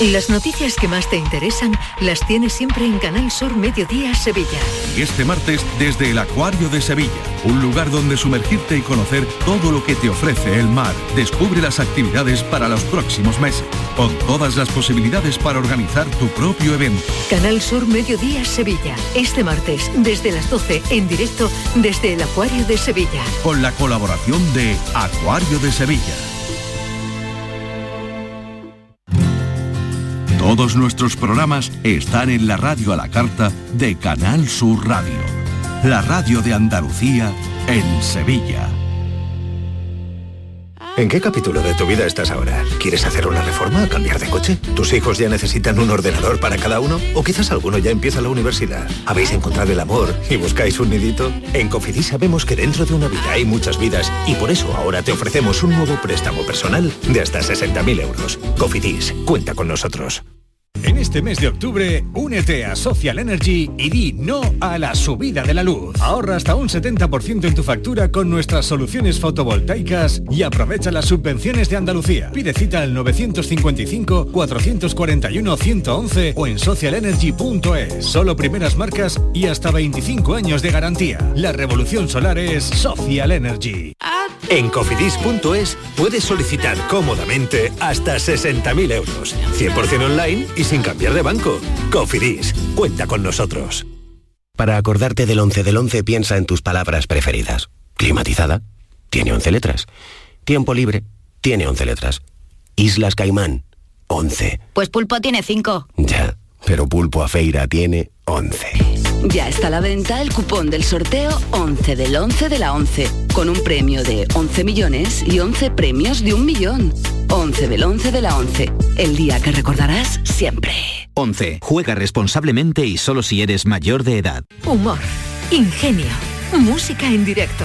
Las noticias que más te interesan las tienes siempre en Canal Sur Mediodía Sevilla. Y este martes desde el Acuario de Sevilla, un lugar donde sumergirte y conocer todo lo que te ofrece el mar. Descubre las actividades para los próximos meses, con todas las posibilidades para organizar tu propio evento. Canal Sur Mediodía Sevilla, este martes desde las 12 en directo desde el Acuario de Sevilla. Con la colaboración de Acuario de Sevilla. Todos nuestros programas están en la radio a la carta de Canal Sur Radio, la radio de Andalucía en Sevilla. ¿En qué capítulo de tu vida estás ahora? ¿Quieres hacer una reforma o cambiar de coche? ¿Tus hijos ya necesitan un ordenador para cada uno? ¿O quizás alguno ya empieza la universidad? ¿Habéis encontrado el amor y buscáis un nidito? En Cofidis sabemos que dentro de una vida hay muchas vidas y por eso ahora te ofrecemos un nuevo préstamo personal de hasta 60.000 euros. Cofidis, cuenta con nosotros. En este mes de octubre, únete a Social Energy y di no a la subida de la luz. Ahorra hasta un 70% en tu factura con nuestras soluciones fotovoltaicas y aprovecha las subvenciones de Andalucía. Pide cita al 955-441-111 o en socialenergy.es. Solo primeras marcas y hasta 25 años de garantía. La revolución solar es Social Energy. En cofidis.es puedes solicitar cómodamente hasta 60.000 euros, 100% online y sin cambiar de banco. Cofidis, cuenta con nosotros. Para acordarte del 11 del 11 piensa en tus palabras preferidas. Climatizada, tiene 11 letras. Tiempo libre, tiene 11 letras. Islas Caimán, 11. Pues pulpo tiene 5. Ya, pero pulpo a feira tiene 11. Ya está a la venta el cupón del sorteo 11 del 11 de la 11, con un premio de 11 millones y 11 premios de un millón. 11 del 11 de la 11, el día que recordarás siempre. 11. Juega responsablemente y solo si eres mayor de edad. Humor, ingenio, música en directo,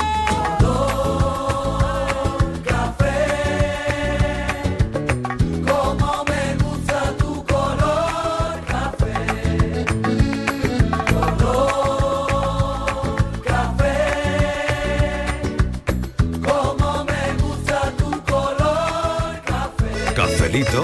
Como me gusta tu color café, color café. Como me gusta tu color café. Cafelito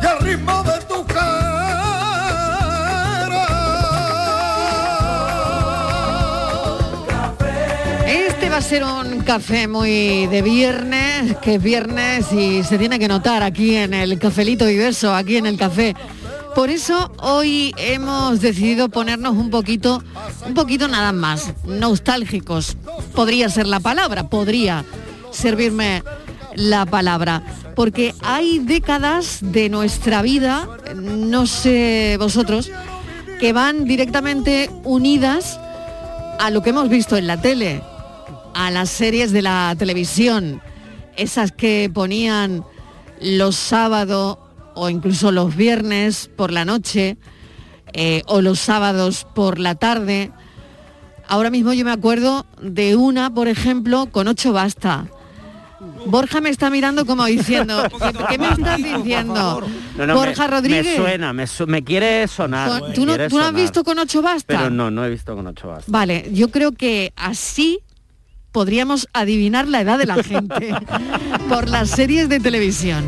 y el ritmo de tu Este va a ser un café muy de viernes, que es viernes y se tiene que notar aquí en el cafelito diverso, aquí en el café. Por eso hoy hemos decidido ponernos un poquito, un poquito nada más, nostálgicos. Podría ser la palabra, podría servirme la palabra, porque hay décadas de nuestra vida, no sé vosotros, que van directamente unidas a lo que hemos visto en la tele, a las series de la televisión, esas que ponían los sábados o incluso los viernes por la noche eh, o los sábados por la tarde. Ahora mismo yo me acuerdo de una, por ejemplo, con ocho basta. Borja me está mirando como diciendo, ¿qué, qué me estás diciendo? No, no, Borja me, Rodríguez. Me suena, me, su- me quiere sonar. Con- me ¿Tú, no, quiere tú no has sonar. visto con ocho basta? Pero no, no he visto con ocho basta. Vale, yo creo que así podríamos adivinar la edad de la gente por las series de televisión.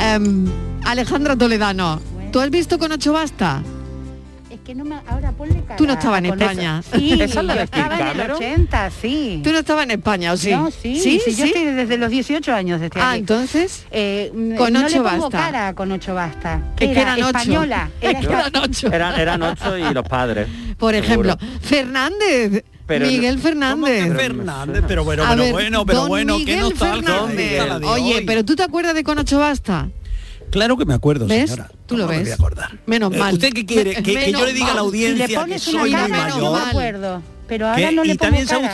Em, Alejandra Toledano, ¿tú has visto con ocho basta? Es que no me, ahora ponle cara. Tú no estabas en con España. eso. Sí, Esa es la yo de estaba Kim en el Cameron. 80, sí. ¿Tú no estabas en España o sí? No, sí, sí, yo estoy desde los 18 años desde Ah, aquí. entonces, Eh, mm, con no ocho le pongo basta. cara con ocho basta. Es que Era eran ocho. española. Era Es que eran ocho. Eran, eran ocho y los padres. Por ejemplo, seguro. Fernández. Pero no- Miguel Fernández. Fernández, pero bueno, A pero ver, bueno, pero don bueno, qué Miguel nostalgia. Fernández. Don Miguel. Oye, pero tú te acuerdas de Con ocho basta. Claro que me acuerdo, ¿Ves? señora. Tú lo ¿Cómo me ves. voy a acordar? Menos Eh, mal. ¿Usted qué quiere? Me- ¿Que- que yo menos le diga a la mal. Si audiencia le pones que una soy cara, muy no me mayor? acuerdo. Pero ¿Qué? ahora no le y pongo también cara. sabe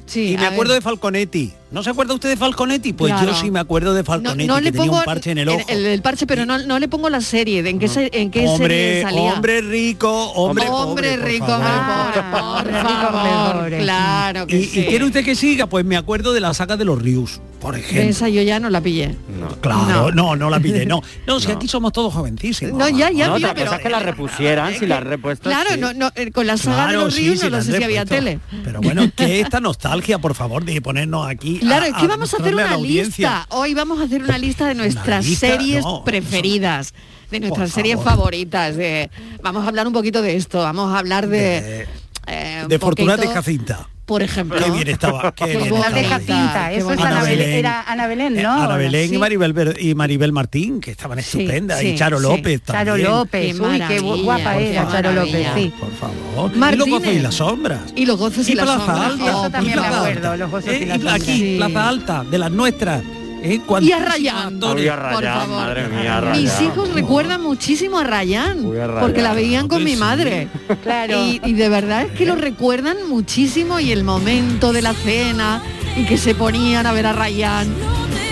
usted y me a acuerdo de ver. Falconetti no se acuerda usted de Falconetti pues Claro. yo sí me acuerdo de No, Falconetti no que le tenía pongo un parche en el ojo El, el parche, pero no, no le pongo la serie, de en qué, se- en qué serie hombre salía. hombre rico hombre Hombre pobre, por rico, favor. Ah, hombre pobre, por favor, claro que y, y sí. quiere usted que siga pues me acuerdo de la saga de los Rius por ejemplo Esa yo ya no la pillé. claro no no, la pide no no si No. aquí somos todos jovencísimos No, ya, ya, No, otra pero, cosa es que la repusieran, si la han repuesto. claro, sí. no, no, eh, con la saga Claro, de los sí, ríos sí, no la lo sé si han había repuesto. tele. pero bueno que esta nostalgia por favor de ponernos aquí Claro, es que vamos a hacer mostrarle una la audiencia. lista. Hoy vamos a hacer una lista de nuestras lista, series no, eso- preferidas, de nuestras series favoritas. De, vamos a hablar un poquito de esto, vamos a hablar de... eh, un de Fortuna de poquito, Jacinta Por ejemplo. Qué bien estaba, qué bien bonita, estaba. de Jacinta, qué eso es bonita. Ana Ana Belén. Belén. Eh, Era Ana Belén, ¿no? Ana Belén Sí. y, Maribel, Ver- y Maribel Martín, que estaban estupendas, sí, y Charo sí. López Charo también. López, Qué uy, qué gu- guapa Por era favor, Charo López, sí. Por favor. Y Martínez. los gozos y las sombras. Y los gozos y, Y las Plaza sombras. Alta. Eso también me acuerdo, los Eh, y aquí, Plaza Alta, de las nuestras. Eh, Y a cuantísimos Rayán. actores. Uy, a Rayán, madre mía, a Rayán. Mis hijos recuerdan muchísimo a Rayán, Uy, a Rayán, porque la veían con que mi sí. madre. Claro. Y, y de verdad es que lo recuerdan muchísimo y el momento de la cena y que se ponían a ver a Rayán.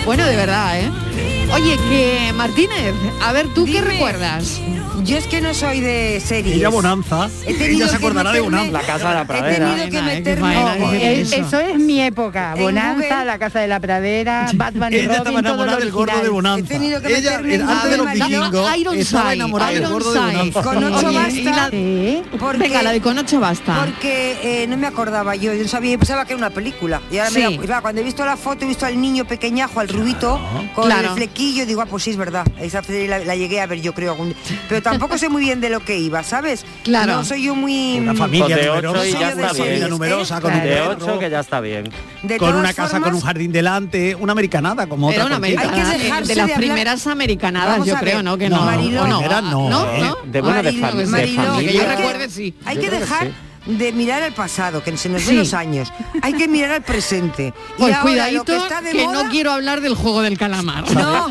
Bueno, de verdad, ¿eh? Oye, que Martínez, a ver tú qué recuerdas. Yo es que no soy de series. Ella Bonanza. He tenido Ella se que acordará de meterme- Bonanza. La Casa de la He tenido que eh, meterme. Oh, es- eso es mi época. En Bonanza, Google. La Casa de la Pradera, Batman y Eh, Ella estaba Robin, todo enamorada lo del gordo de original. Bonanza. He tenido que Ella, meterme en antes de los Google. vikingos, Ironside, estaba enamorada del gordo de Ironside. Bonanza. Con ocho Oye, y la- basta. porque- Venga, la de con ocho basta. Porque eh, no me acordaba yo, yo sabía, pensaba que era una película. Y ahora me Sí. la- y va, cuando he visto la foto, he visto al niño pequeñajo, al rubito, con Claro. el flequillo, digo, ah, pues sí, es verdad. Esa serie la, la llegué a ver, yo creo, algún día. Pero tampoco sé muy bien de lo que iba, ¿sabes? Claro. No soy yo muy... Una mm, familia Pues de ocho numerosa. y ya una está familia bien. numerosa, con un de perro. ocho que ya está bien. De con todas una casa formas- con un jardín delante, una americanada como Era otra. una cualquiera. americana, eh, de las primeras americanadas, Vamos yo a creo, ver. ¿no? Que No, no. Mariló. primera no, ¿No? eh. ¿No? De bueno, de, fam- de Mariló, familia. que yo recuerde, sí. Hay Yo que creo que dejar sí. de mirar al pasado, que se nos den Sí. los años. Hay que mirar al presente. Pues y ahora lo cuidadito, que que, está de moda... no quiero hablar del juego del calamar. No,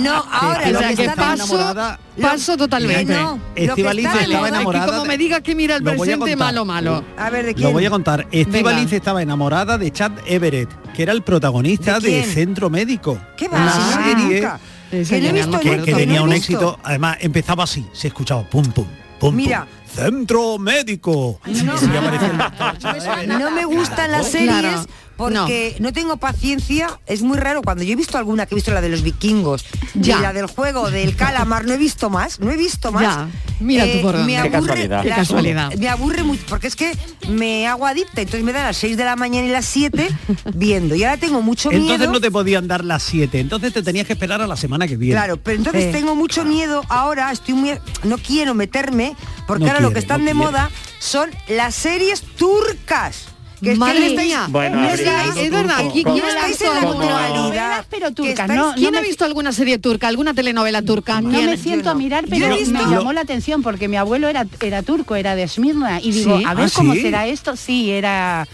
no, ahora o lo sea, que que está de paso, enamorada- paso totalmente. no, lo que Estivaliz está de estaba moda- enamorada Como me digas que mira el Lo voy a presente, contar. malo, malo. A ver, ¿de Lo voy a contar. Estivaliz Venga. estaba enamorada de Chad Everett, que era el protagonista ¿De de, quién? Centro Médico. ¿Qué va? Una Si no, serie nunca. que, Esa Que no he ya no me visto que- nunca, que no he tenía un visto. éxito. Además, empezaba así, se escuchaba pum pum. Pum, Mira. pum. Centro médico. Y seguía apareciendo el doctor Chad Everett. No me gustan las series Pues Claro, porque no. tengo paciencia. Es muy raro cuando yo he visto alguna que he visto la de los vikingos, Ya. ni la del juego del calamar. No he visto más, no he visto más. Eh, Ya. Mira tú por dónde. me Qué aburre casualidad. Qué casualidad. Me aburre mucho porque es que me hago adicta. Entonces me da las 6 de la mañana y las 7 viendo. Y ahora tengo mucho Entonces miedo. no te podían dar las 7, entonces te tenías que esperar a la semana que viene. Claro, pero entonces Sí. tengo mucho miedo ahora, estoy muy no quiero meterme porque No ahora lo que quiere, están no de quiere. moda son las series turcas. Que es Madre que le estáis- mía. Bueno, le Abril, estáis- es verdad, no ¿qui- quién ha estáis visto en la alguna? actualidad. Novelas, pero que turcas, estáis- no, ¿Quién no ha me- visto alguna serie turca, alguna telenovela turca? No me ¿Quién? siento a mirar, Yo pero he visto- me llamó la atención porque mi abuelo era, era turco, era de Esmirna. Y digo, Sí. a ver Ah, cómo sí. será esto. Sí, era.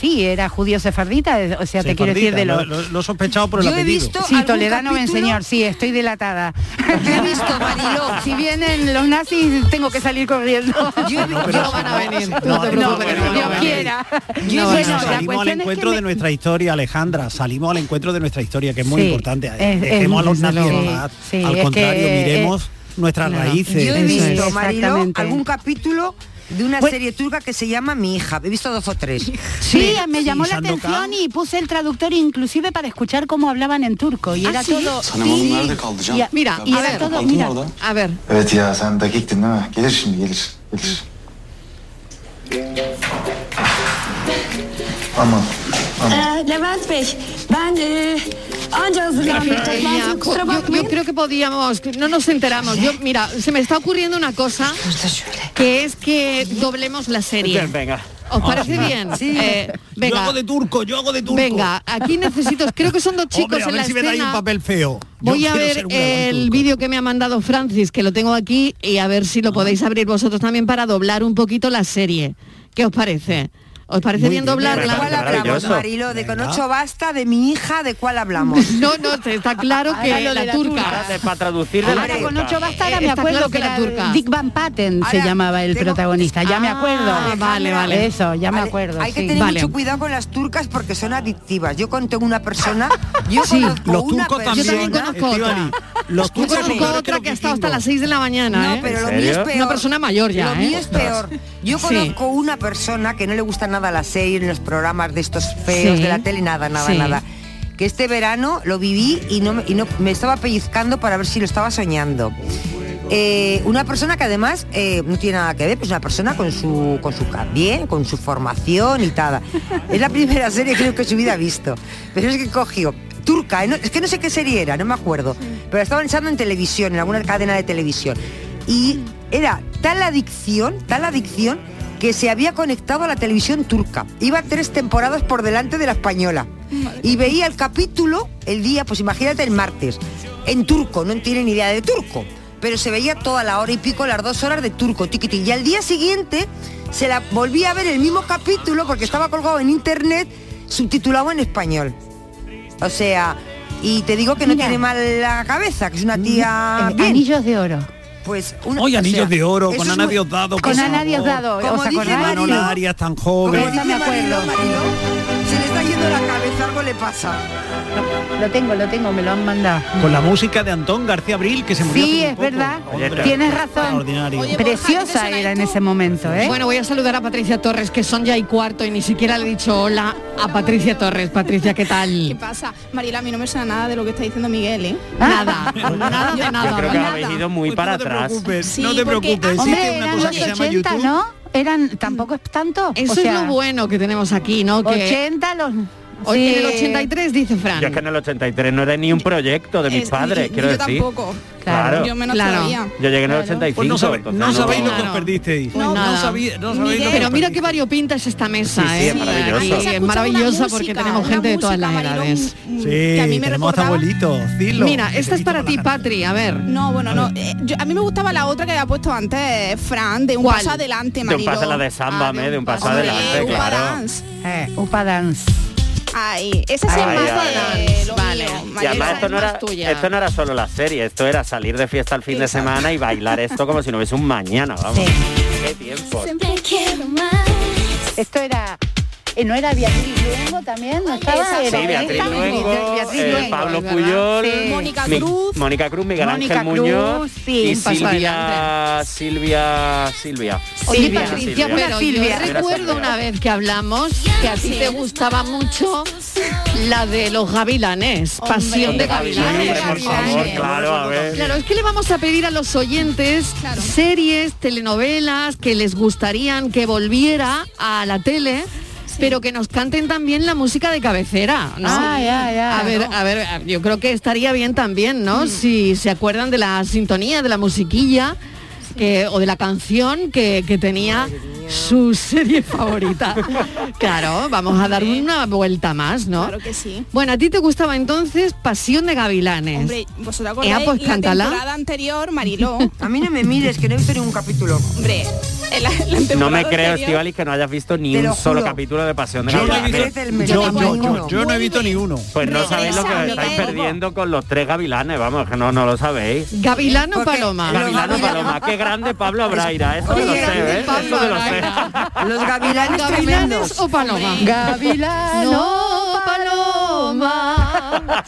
Sí, era judío sefardita, es- o sea, te quiero decir de Sefardita, los... lo, lo- lo he sospechado por el Yo he apellido. visto Sí, algún Toledano me capítulo- enseñó, sí, estoy delatada. Yo he visto Mariló. Si vienen los nazis, tengo que salir corriendo. Yo he- yo- No van a venir, no, No, te no, preocupes. no, que no, no no, van a Dios no. venir. quiera. No, no, Bueno, la salimos al cuestión es que encuentro me- de nuestra historia, Alejandra. Salimos al encuentro de nuestra historia, que es muy Sí, importante. es- es Dejemos a los desde luego. nacionales. Sí, sí, es al que, contrario, eh, miremos nuestras claro. raíces. yo he Eso visto es. Mariló Exactamente. algún capítulo de una serie turca que se llama Mi hija. He visto dos o tres. Sí, me llamó la atención y puse el traductor inclusive para escuchar cómo hablaban en turco y Ah, era ¿sí? todo Sana bunun nerede kaldı can? Y a- mira, y a era ver, todo, mira. Orada. A ver. Evet ya sen dakiktin değil mi? Gelir şimdi gelir. Gelir. Aman. Eh, Levent Bey, ben eh, anca hazırlandım. Ella, Toplantıya co- kusura yo, yo bakmayın. creo que podíamos, no nos enteramos. Yo, mira, se me está ocurriendo una cosa, que es que doblemos la serie. Venga. ¿Os parece bien? Sí. Eh, venga. Yo hago de turco, yo hago de turco. Venga, aquí necesito, creo que son dos chicos Hombre, a en ver la si me escena. dais un papel feo. Yo Voy a quiero ser ver un galán el vídeo que me ha mandado Francis, que lo tengo aquí, y a ver si Ah. lo podéis abrir vosotros también para doblar un poquito la serie. ¿Qué os parece? ¿Os parece Muy bien, bien, doblarla? me parece maravilloso. Marilo, de con ocho basta, de mi hija, ¿de cuál hablamos? Ah, No, no, está claro Ahora lo de la turca. De- Para traducir de la Ahora con turca. ocho basta, ahora me Está acuerdo claro que que era era turca. Dick Van Patten se llamaba el protagonista, ya me acuerdo. Ah, vale, vale. Eso, ya me Vale, acuerdo. Hay que sí. tener Vale. mucho cuidado con las turcas porque son adictivas. Yo contengo una persona, yo Sí. conozco Los una turcos persona. también, Yo también conozco otra. Estivali, Los Yo conozco otra que ha estado hasta las 6 de la mañana, No, ¿eh? pero lo mío es peor. Una persona mayor ya, Lo ¿eh? mío es peor. Yo Sí. conozco una persona que no le gusta nada la serie, los programas de estos feos Sí. de la tele, nada, nada, Sí. nada. Que este verano lo viví y no, me- y no me estaba pellizcando para ver si lo estaba soñando. Eh, una persona que además eh, no tiene nada que ver, pues una persona con su con su bien, con su formación y tal. Es la primera serie creo que en su vida ha visto. Pero es que cogió turca, eh, no- es que no sé qué serie era, no me acuerdo, pero la estaban echando en televisión, en alguna cadena de televisión. Y era tal adicción, tal adicción que se había conectado a la televisión turca. Iba tres temporadas por delante de la española. Y veía el capítulo el día, pues imagínate el martes, en turco, no tiene ni idea de turco pero se veía toda la hora y pico, las dos horas de turco, tiquití. Y al día siguiente se la volví a ver el mismo capítulo porque estaba colgado en internet, subtitulado en español. O sea, y te digo que no tiene mal la cabeza, que es una tía... Eh, bien. Anillos de oro. Pues una, Oye, o anillos sea, de oro eso con es Ana muy- Diosdado. Con Ana Diosdado, Como ¿os dice acordáis? Manolo Marilo. Arias tan Como joven. dice Marilo, Marilo, se le está yendo la cabeza, algo le pasa. Lo tengo, lo tengo, me lo han mandado. Con la música de Antón García Abril que se murió. hace Sí, es muy poco. verdad. Hombre, Tienes razón. Extraordinario. Preciosa era en ese momento, ¿eh? Bueno, voy a saludar a Patricia Torres, que son ya y cuarto y ni siquiera le he dicho hola a Patricia Torres. Patricia, ¿qué ¿Qué tal? pasa? Mariela, a mí no me suena nada de lo que está diciendo Miguel, ¿eh? Nada, Ah. Pues nada de Yo- nada. yo Creo que nada. habéis ido muy Pues para atrás. Sí, no te porque- ah, preocupes, Hombre, eran los 80, ¿no? Eran, tampoco es tanto. Eso o sea, es lo bueno que tenemos aquí, ¿no? Que 80 los... O- Sí. En el 83 dice Fran. Yo es que en el 83 no era ni un proyecto de mis Es- padres, ni- ni quiero yo decir. tampoco. Claro. Claro. Yo menos Claro. todavía. Yo llegué en el 85. Pues no sabe- entonces no sabéis lo que os perdisteis. Pues nada. lo que pero mira qué variopinta es esta mesa, Sí, sí, ¿eh? es maravilloso. Aquí Además, se es escucha maravillosa una porque música, tenemos una gente de todas las música, edades. Sí, tenemos hasta abuelitos. Dilo. Mira, eh, esta es para ti, Patri, a ver. No, bueno, no. eh, yo- a mí me gustaba la otra que había puesto antes, Fran, de un ¿Cuál? paso adelante, Ah, De un Marilo. paso a la de Samba, me, de un paso adelante, Upa claro. Dance. Eh, Upa Dance. Ay, esa sí es Ay, más ay, de lo Y mío. Mariela, además esa esto es no, más era, tuya. esto no era solo la serie, esto era salir de fiesta el fin de semana y bailar esto como si no hubiese un mañana, vamos. Qué tiempo. Esto era... eh, ¿No era Beatriz Luengo también? ¿No estaba? Sí, Era Beatriz esta. Luengo, Beatriz eh, Luengo, Pablo ¿verdad? Puyol, Sí. Mi- Mónica Cruz, Miguel Mónica Ángel Cruz, Muñoz sí. y Un paso Silvia, Silvia, Silvia. Oye, Silvia, Patricia, pero Silvia. yo recuerdo una vez que hablamos que a ti te gustaba mucho la de los gavilanes, pasión de gavilanes. Hombre, Por favor, claro, a ver. Claro, es que le vamos a pedir a los oyentes series, telenovelas que les gustarían que volviera a la tele. Pero que nos canten también la música de cabecera, ¿no? Ah, ya, ya. A ver, a ver, yo creo que estaría bien también, ¿no? Si se acuerdan de la sintonía, de la musiquilla que- o de la canción que, que tenía su serie favorita. claro, vamos a dar una vuelta más, ¿no? Claro que sí. Bueno, a ti te gustaba entonces Pasión de Gavilanes. Hombre, vosotros Ea, acordáis pues, la cántala. temporada anterior, Mariló. A mí no me mires, que no he visto ningún capítulo. Hombre, en la, en la No me temporada creo, anterior- Estivalis, que no hayas visto ni Te un lo solo juro. capítulo de Pasión de Yo no he Gavilanes. visto- yo- yo- yo- yo no he visto ni uno. Pues no sabéis lo que os estáis perdiendo con los tres gavilanes, vamos, que no, no lo sabéis. Gavilano Paloma. Gavilano Paloma, qué grande Pablo Braira, eso de lo Oye, sé, ¿eh? Pablo Eso de lo sé. Los gavilanes ¿Gavilanes o Paloma? Gavilano, No, Paloma.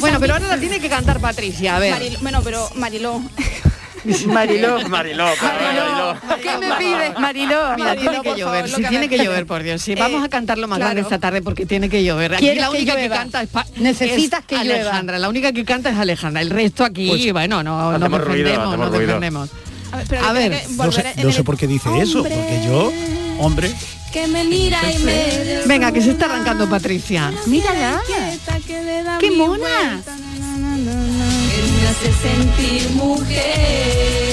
bueno, pero ahora la tiene que cantar Patricia, a ver. Maril- bueno, pero Mariló, Mariló. Mariló, Mariló. ¿Qué me pide? Mariló. Mira, tiene que por llover, favor, sí, loca, tiene que vete. llover, por Dios. Sí, vamos a cantar lo más grande esta tarde porque tiene que llover. Aquí ¿Quieres la que única que, llueva? canta es pa- Necesitas es que llueva. Alejandra, la única que canta es Alejandra. El resto aquí, Pues, bueno, no, no hacemos ruido, defendemos, hacemos no ruido. defendemos. A ver, No sé, no sé por qué dice eso, porque yo, hombre, que me mira y me Venga, que se está arrancando Patricia. Mírala. ¡Qué mona! Me hace sentir mujer.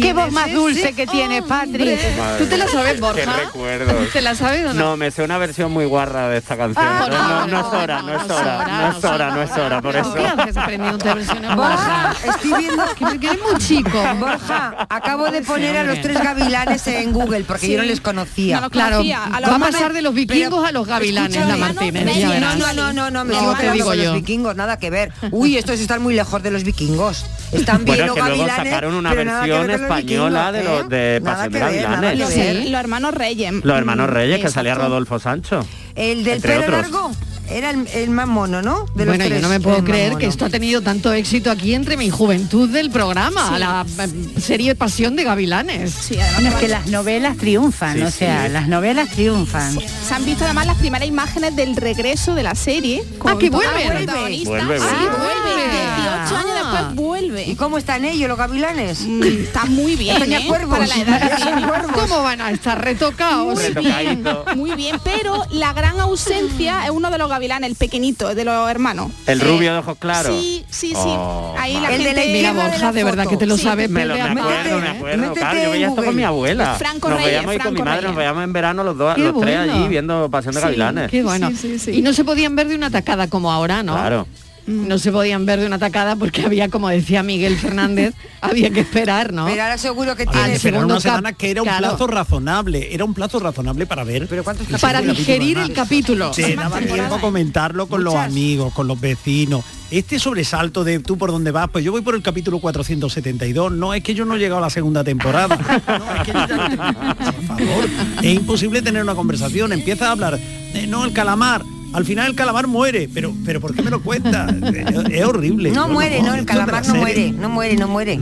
Qué voz más dulce que tienes, Patrick. Madre ¿Tú te la mía, sabes, Qué Borja? recuerdos. ¿Te la sabes o no? No, me sé una versión muy guarra de esta canción. Ah, no, no, no, no es hora, no es hora, no es hora, no es hora, por eso. has aprendido te versiones Borja, estoy viendo que me quedé muy chico. Borja, acabo de poner a los tres gavilanes en Google porque yo no Sí. les conocía. claro, va a pasar de los vikingos a los gavilanes, la Martínez. ya no, verás. no, no, no, no, me No, estoy te hablando digo de yo. los vikingos, nada que ver. Uy, estos están muy lejos de los vikingos. Están bien Bueno, los que luego gavilanes, sacaron una pero nada que versión ver con los española de vikingos, los de ¿eh? Nada Pasión de que ver, nada Gavilanes. que Sí. ver. Los hermanos Reyes. Los hermanos Mm, Reyes, que exacto. salía Rodolfo Sancho. El del entre pelo otros. largo era el, el más mono, ¿no? De los bueno, yo tres, no me puedo el más creer que mono. esto ha tenido tanto éxito aquí entre mi juventud del programa, Sí. la eh, serie Pasión de Gavilanes. Bueno, es que las novelas triunfan, Sí, o sea, sí. las novelas triunfan. Se han visto además las primeras imágenes del regreso de la serie. Ah, que vuelven. vuelve. Vuelve, Sí, vuelve. vuelve. Ah. 18 años después vuelve. ¿Y cómo están ellos, los gavilanes? están muy bien, Peña ¿eh? Cuervos. Para la edad que tienen. ¿Cómo van a estar retocados? Muy bien, muy bien, pero la gran ausencia es uno de los gavilanes, el pequeñito, de los hermanos. El rubio de ojos claros. Sí, sí, sí. Oh, Ahí madre. la El de la gente- izquierda Mira, de la Borja, de verdad foto. que te lo sabes, Me, lo, me Pepe, acuerdo, métete, me acuerdo. métete Claro, yo en veía esto con mi Google. abuela. Franco nos Reyes, veíamos ahí con mi Franco madre, nos Reyes. veíamos en verano los dos, Qué los tres bueno. allí viendo Pasión de Sí, Gavilanes. Qué bueno. Y no se podían ver de una tacada como ahora, ¿no? Claro. Mm. No se podían ver de una tacada porque había, como decía Miguel Fernández, había que esperar, ¿no? Pero ahora seguro que Había Ah, que tiene esperar una semana que era un claro. plazo razonable, era un plazo razonable para ver. Pero Para digerir el capítulo. Se daba tiempo a comentarlo con los amigos, con los vecinos. Este sobresalto de tú por dónde vas, pues yo voy por el capítulo 472. No, es que yo no he llegado a la segunda temporada. No, es que yo ya no tengo- Por favor, es imposible tener una conversación. Empieza a hablar, de, no, el calamar. Al final el calamar muere, pero pero ¿por qué me lo cuenta? Es, es horrible. No Yo muere, no, el esto de la calamar no serie. muere, no muere, no muere.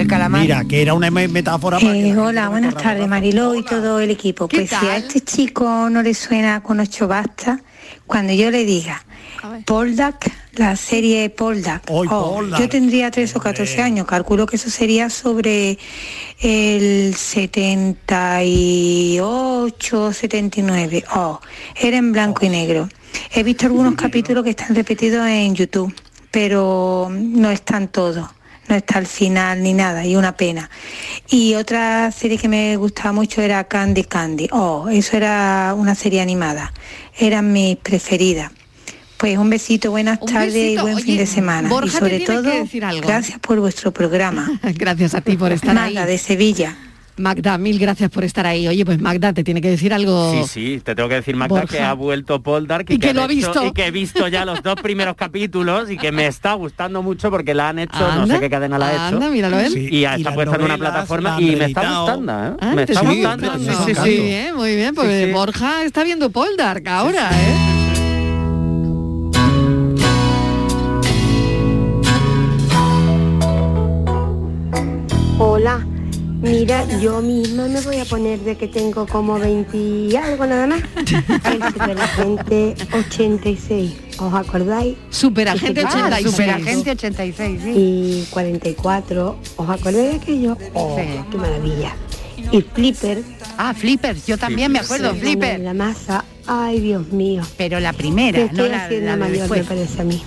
El calamar. Mira, que era una me- metáfora para que Eh, hola, buenas tardes Mariló y todo el equipo. Pues si a este chico no le suena con ocho basta, cuando yo le diga Poldak, la serie Poldak, Hoy, oh, Poldak. yo tendría 3 o 14 años, calculo que eso sería sobre el 78, 79, oh, era en blanco y negro. He visto algunos capítulos que están repetidos en YouTube, pero no están todos, no está al final ni nada, y una pena. Y otra serie que me gustaba mucho era Candy Candy. Oh, eso era una serie animada. Eran mis preferidas. Pues un besito, buenas Un tardes y besito. buen Oye, fin de semana. Borja y te sobre tiene todo, que decir algo. gracias por vuestro programa. gracias a ti por estar ahí. Magda de Sevilla. Magda, mil gracias por estar ahí. Oye, pues Magda, te tiene que decir algo. Sí, sí, te tengo que decir, Magda, Borja. que ha vuelto Poldark Y que han lo ha hecho- visto. Oh. y que he visto ya los dos primeros capítulos y que me está gustando mucho porque la han hecho, no Anda, sé qué cadena la ha hecho. anda, míralo él. Sí, Y ya y está las puesta en una novelas plataforma la han y me está reeditado. gustando, ¿eh? Ah, me te está está gustando. gustando. Muy bien, muy bien. Pues Borja está viendo Poldark ahora, ¿eh? Hola, mira, yo misma me voy a poner de que tengo como 20 y algo nada más. Superagente 86, ¿os acordáis? Superagente Ah, 86. Superagente 86, Y 44, ¿os acordáis de aquello? Oh, qué maravilla. Y Flipper. Ah, Flipper, yo también me acuerdo, Sí, Flipper. La masa, ay Dios mío. Pero la primera, Me estoy no la- haciendo la de mayor, después. Eh, me parece a mí.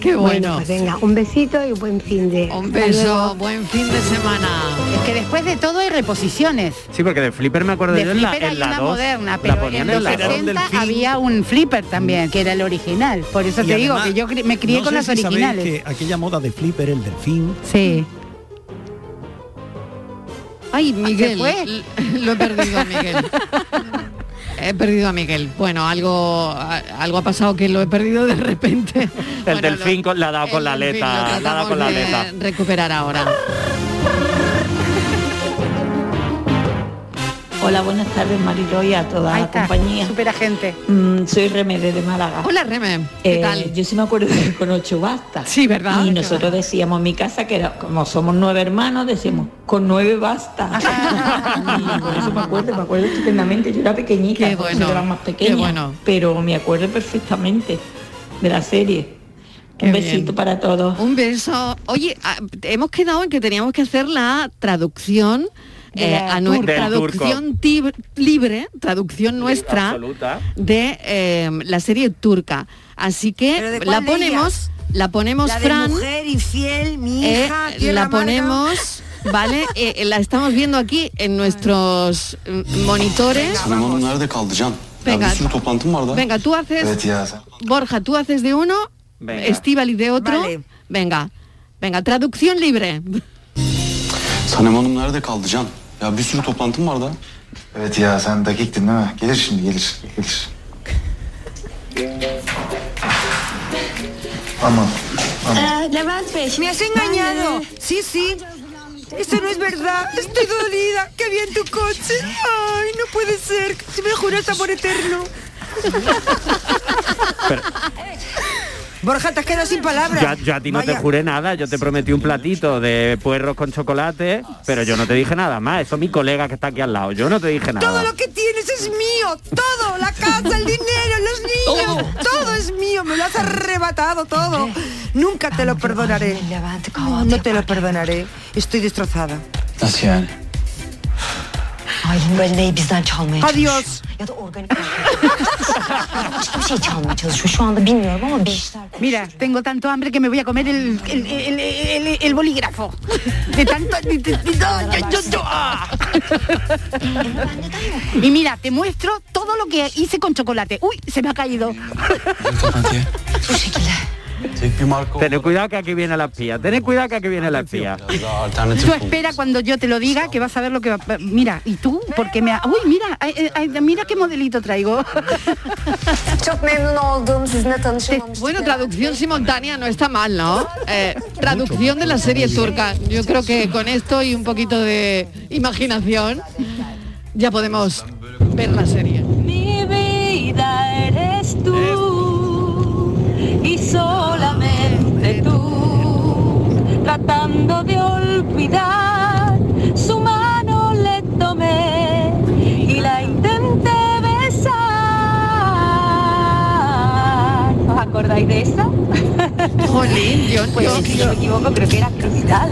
qué bueno. pues venga, un besito y buen fin de. Un Hasta luego. beso, buen fin de semana. Es que después de todo hay reposiciones. Sí, porque de Flipper me acuerdo De yo en la, Flipper hay en la una 2. moderna, pero en los 60 había un Flipper también, que era el original. Por eso Y te digo además, que yo cri- me crié no con sé las si sabéis originales. que aquella moda de flipper, el delfín. Sí. Ay, Miguel. fue? l- Lo he perdido a Miguel. He perdido a Miguel. Bueno, algo a- algo ha pasado que lo he perdido de repente. El delfín con- la ha dado con la aleta, la ha dado con la aleta. Eh, Recuperar ahora. Hola, buenas tardes, Mariló, y a toda Ahí la está, compañía. súper agente. Mm, soy Remede de Málaga. Hola, Reme. Eh, Yo sí me acuerdo que con ocho basta. Sí, ¿verdad? Y nosotros decíamos en mi casa que era, como somos nueve hermanos, decíamos, con nueve basta. Y por eso me acuerdo, me acuerdo estupendamente. Yo era pequeñita, Qué porque bueno, yo era más qué pequeña. bueno. Pero me acuerdo perfectamente de la serie. Qué Un bien. besito para todos. Un beso. Oye, ah, hemos quedado en que teníamos que hacer la traducción. De eh, la a nue- turca. Del turco. traducción tib- libre, traducción nuestra absoluta. de eh, la serie turca. Así que cuál la de ponemos, la ponemos La de Fran. mujer infiel, mi Eh, hija, tierra la amarga. ponemos, ¿vale? Eh, eh, la estamos viendo aquí en nuestros mm, monitores. Süleyman'ım nerede kaldı Can? Venga. Ya bir sürü toplantım var da. Venga, tú Evet haces, ya. sen- Borja, tú haces de uno, Venga. Estivali de otro. Venga, venga, traducción libre. Süleyman'ım nerede kaldı Can? Ya bir sürü toplantım var da. Evet ya sen dakiktin değil mi? Gelir şimdi gelir. Gelir. Aman. Levant Me has engañado. Sí, sí. Esto no es verdad. Estoy dolida. Qué bien tu coche. Ay, no puede ser. Si me juras amor eterno. Borja, te has quedado sin palabras. Yo, a- yo a ti no te Vaya. juré nada, yo te prometí un platito de puerros con chocolate, pero yo no te dije nada más. Eso mi colega que está aquí al lado, yo no te dije Todo nada. lo que tienes es mío. Todo. La casa, el dinero, los niños. Todo es mío. Me lo has arrebatado todo. Nunca te lo perdonaré. No, no te lo perdonaré. Estoy destrozada. Nasıl yani? Aylin Bölne'yi bizden çalmaya Adiós. çalışıyor. Ya da organik hiçbir şey çalmaya çalışıyor. Şu anda bilmiyorum ama bir işler. Mira, tengo tanto hambre que me voy a comer el, el- el- el- el- el bolígrafo. De tanto... de- de- de- no, yo- yo- yo- ah. Y mira, te muestro todo lo que hice con chocolate. Uy, se me ha caído. Tened cuidado que aquí viene la espía, tened cuidado que aquí viene la espía. Tú espera cuando yo te lo diga que vas a ver lo que va pa- Mira, ¿y tú? Porque me ha... Uy, mira, ay, eh, ay, ay, mira qué modelito traigo. Bueno, traducción simultánea no está mal, ¿no? Eh, traducción de la serie turca. Yo creo que con esto y un poquito de imaginación ya podemos ver la serie. Mi vida eres tú y solamente tú. Tratando de olvidar, su mano le tomé y la intenté besar. ¿Os acordáis de esa? Jolín, yo, pues, si no me equivoco, creo que era Cristal.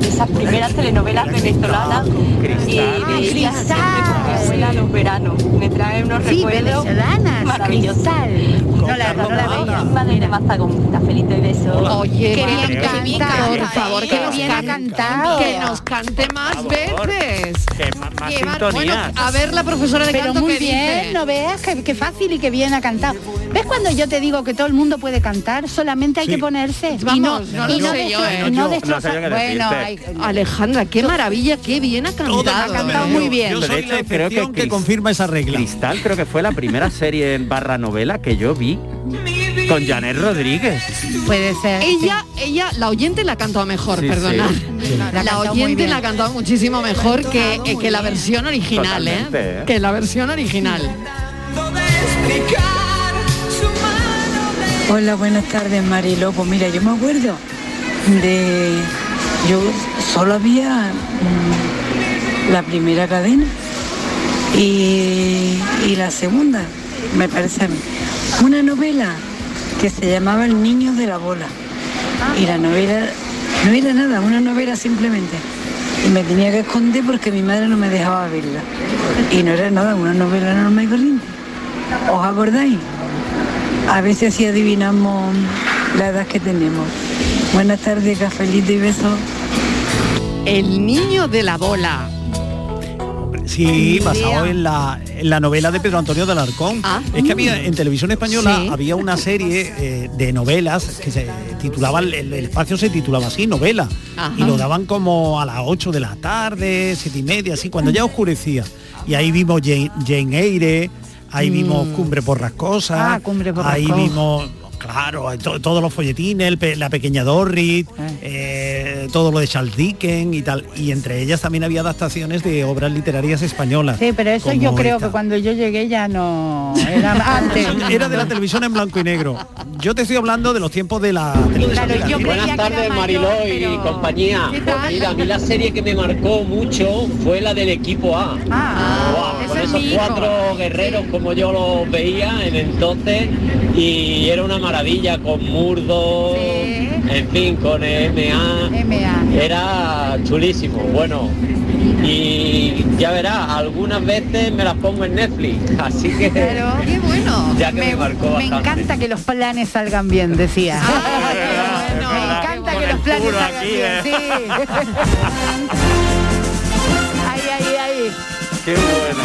de Esas primeras telenovelas venezolanas y veía siempre con mi abuela los veranos. Me trae unos Sí, recuerdos venezolanas, maravillosos. No la, no la veía. Madre de Mazagón, cafelito y besos. Oye, Qué María, bien canta, por eh, favor, que qué nos bien ha cantado. cantado. Que nos cante más veces. Que más, más Llevar- sintonías. bueno, a ver la profesora de Pero canto muy que bien, dice. ¿no veas? Qué, qué fácil y qué bien ha cantado. ¿Ves cuando yo te digo que todo el mundo puede cantar? Solamente hay Sí. que ponerse. Vamos, y no, no lo y no sé yo, destroza- ¿eh? y no No sé destroza- yo qué Bueno, decirte. hay- Alejandra, qué maravilla, qué bien ha cantado. Pero de hecho, creo que, confirma esa regla. Cristal creo que fue la primera serie en barra novela que yo vi con Janet Rodríguez. Puede ser. Ella, ella, la oyente la ha cantado mejor, Sí, perdona. sí. La ha La, cantado muy oyente bien. la ha cantado muchísimo mejor que, eh, que la versión original, ¿eh? Totalmente, ¿eh? Que la versión original. Hola, buenas tardes, Mariló. Pues mira, yo me acuerdo de... Yo solo había mm, la primera cadena y, y la segunda, me parece a mí. Una novela que se llamaba El niño de la bola. Y la novela no era nada, una novela simplemente. Y me tenía que esconder porque mi madre no me dejaba verla. Y no era nada, una novela normal y corriente. ¿Os acordáis? A veces si adivinamos la edad que tenemos. Buenas tardes, cafelito y besos. El niño de la bola. Sí, Ni basado idea. en la, en la novela de Pedro Antonio de Alarcón. Ah. Es que había en televisión española Sí. había una serie eh, de novelas que se titulaba, el, el espacio se titulaba así, novela. Ajá. Y lo daban como a las 8 de la tarde, siete y media, así, cuando ya oscurecía. Y ahí vimos Jane, Jane Eyre, ahí vimos Cumbre Porrascosa, Mm. Ah, Cumbre ahí Borrascosa. Ah. vimos, claro, to- todos los folletines, el pe- la pequeña Dorrit, eh, eh, todo lo de Charles Dickens y tal. Y entre ellas también había adaptaciones de obras literarias españolas. Sí, pero eso como yo creo esta. que cuando yo llegué ya no era antes. Era de la televisión en blanco y negro. Yo te estoy hablando de los tiempos de la televisión. Claro, yo Buenas tardes Mariló y compañía. Pues mira, a mí la serie que me marcó mucho fue la del equipo A. Guau, con Ah, es esos mi hijo. cuatro guerreros como yo los veía en entonces y era una maravilla con Murdo, en fin, con MA. Era chulísimo, bueno. Y ya verás, algunas veces me las pongo en Netflix, así que Qué bueno. ya que me, marcó Me bastante. encanta que los planes salgan bien, decía. Me encanta que los planes aquí, eh. Sí. Ay, ay, ay. Qué bueno.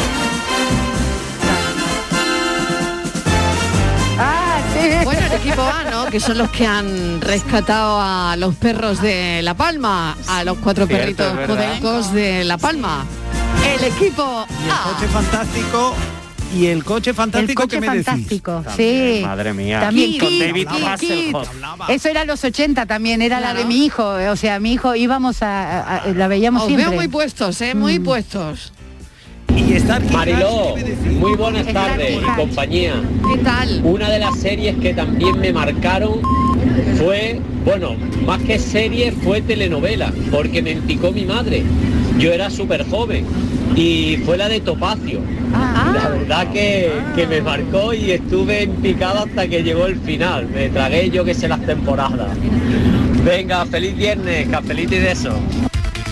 Bueno, el equipo A, ¿no? Que son los que han rescatado a los perros de La Palma, a los cuatro Cierto, perritos es verdad. podencos de La Palma. El equipo El coche fantástico y el coche fantástico coche que me decís. fantástico, También, sí. madre mía. También Con Kid, David Kid, Hasselhoff. Kid. Eso era los 80 también, era la de mi hijo. O sea, mi hijo íbamos a, a- a- la veíamos Os Oh, veo siempre. muy puestos, ¿eh? Muy puestos. Y Mariló, muy buenas tardes y compañía. ¿Qué tal? Una de las series que también me marcaron fue, bueno, más que serie fue telenovela, porque me picó mi madre. Yo era súper joven y fue la de Topacio. Ah. Ah. La verdad que, que me marcó y estuve en picada hasta que llegó el final. Me tragué yo que sé las temporadas. Venga, feliz viernes, cafelito y de eso.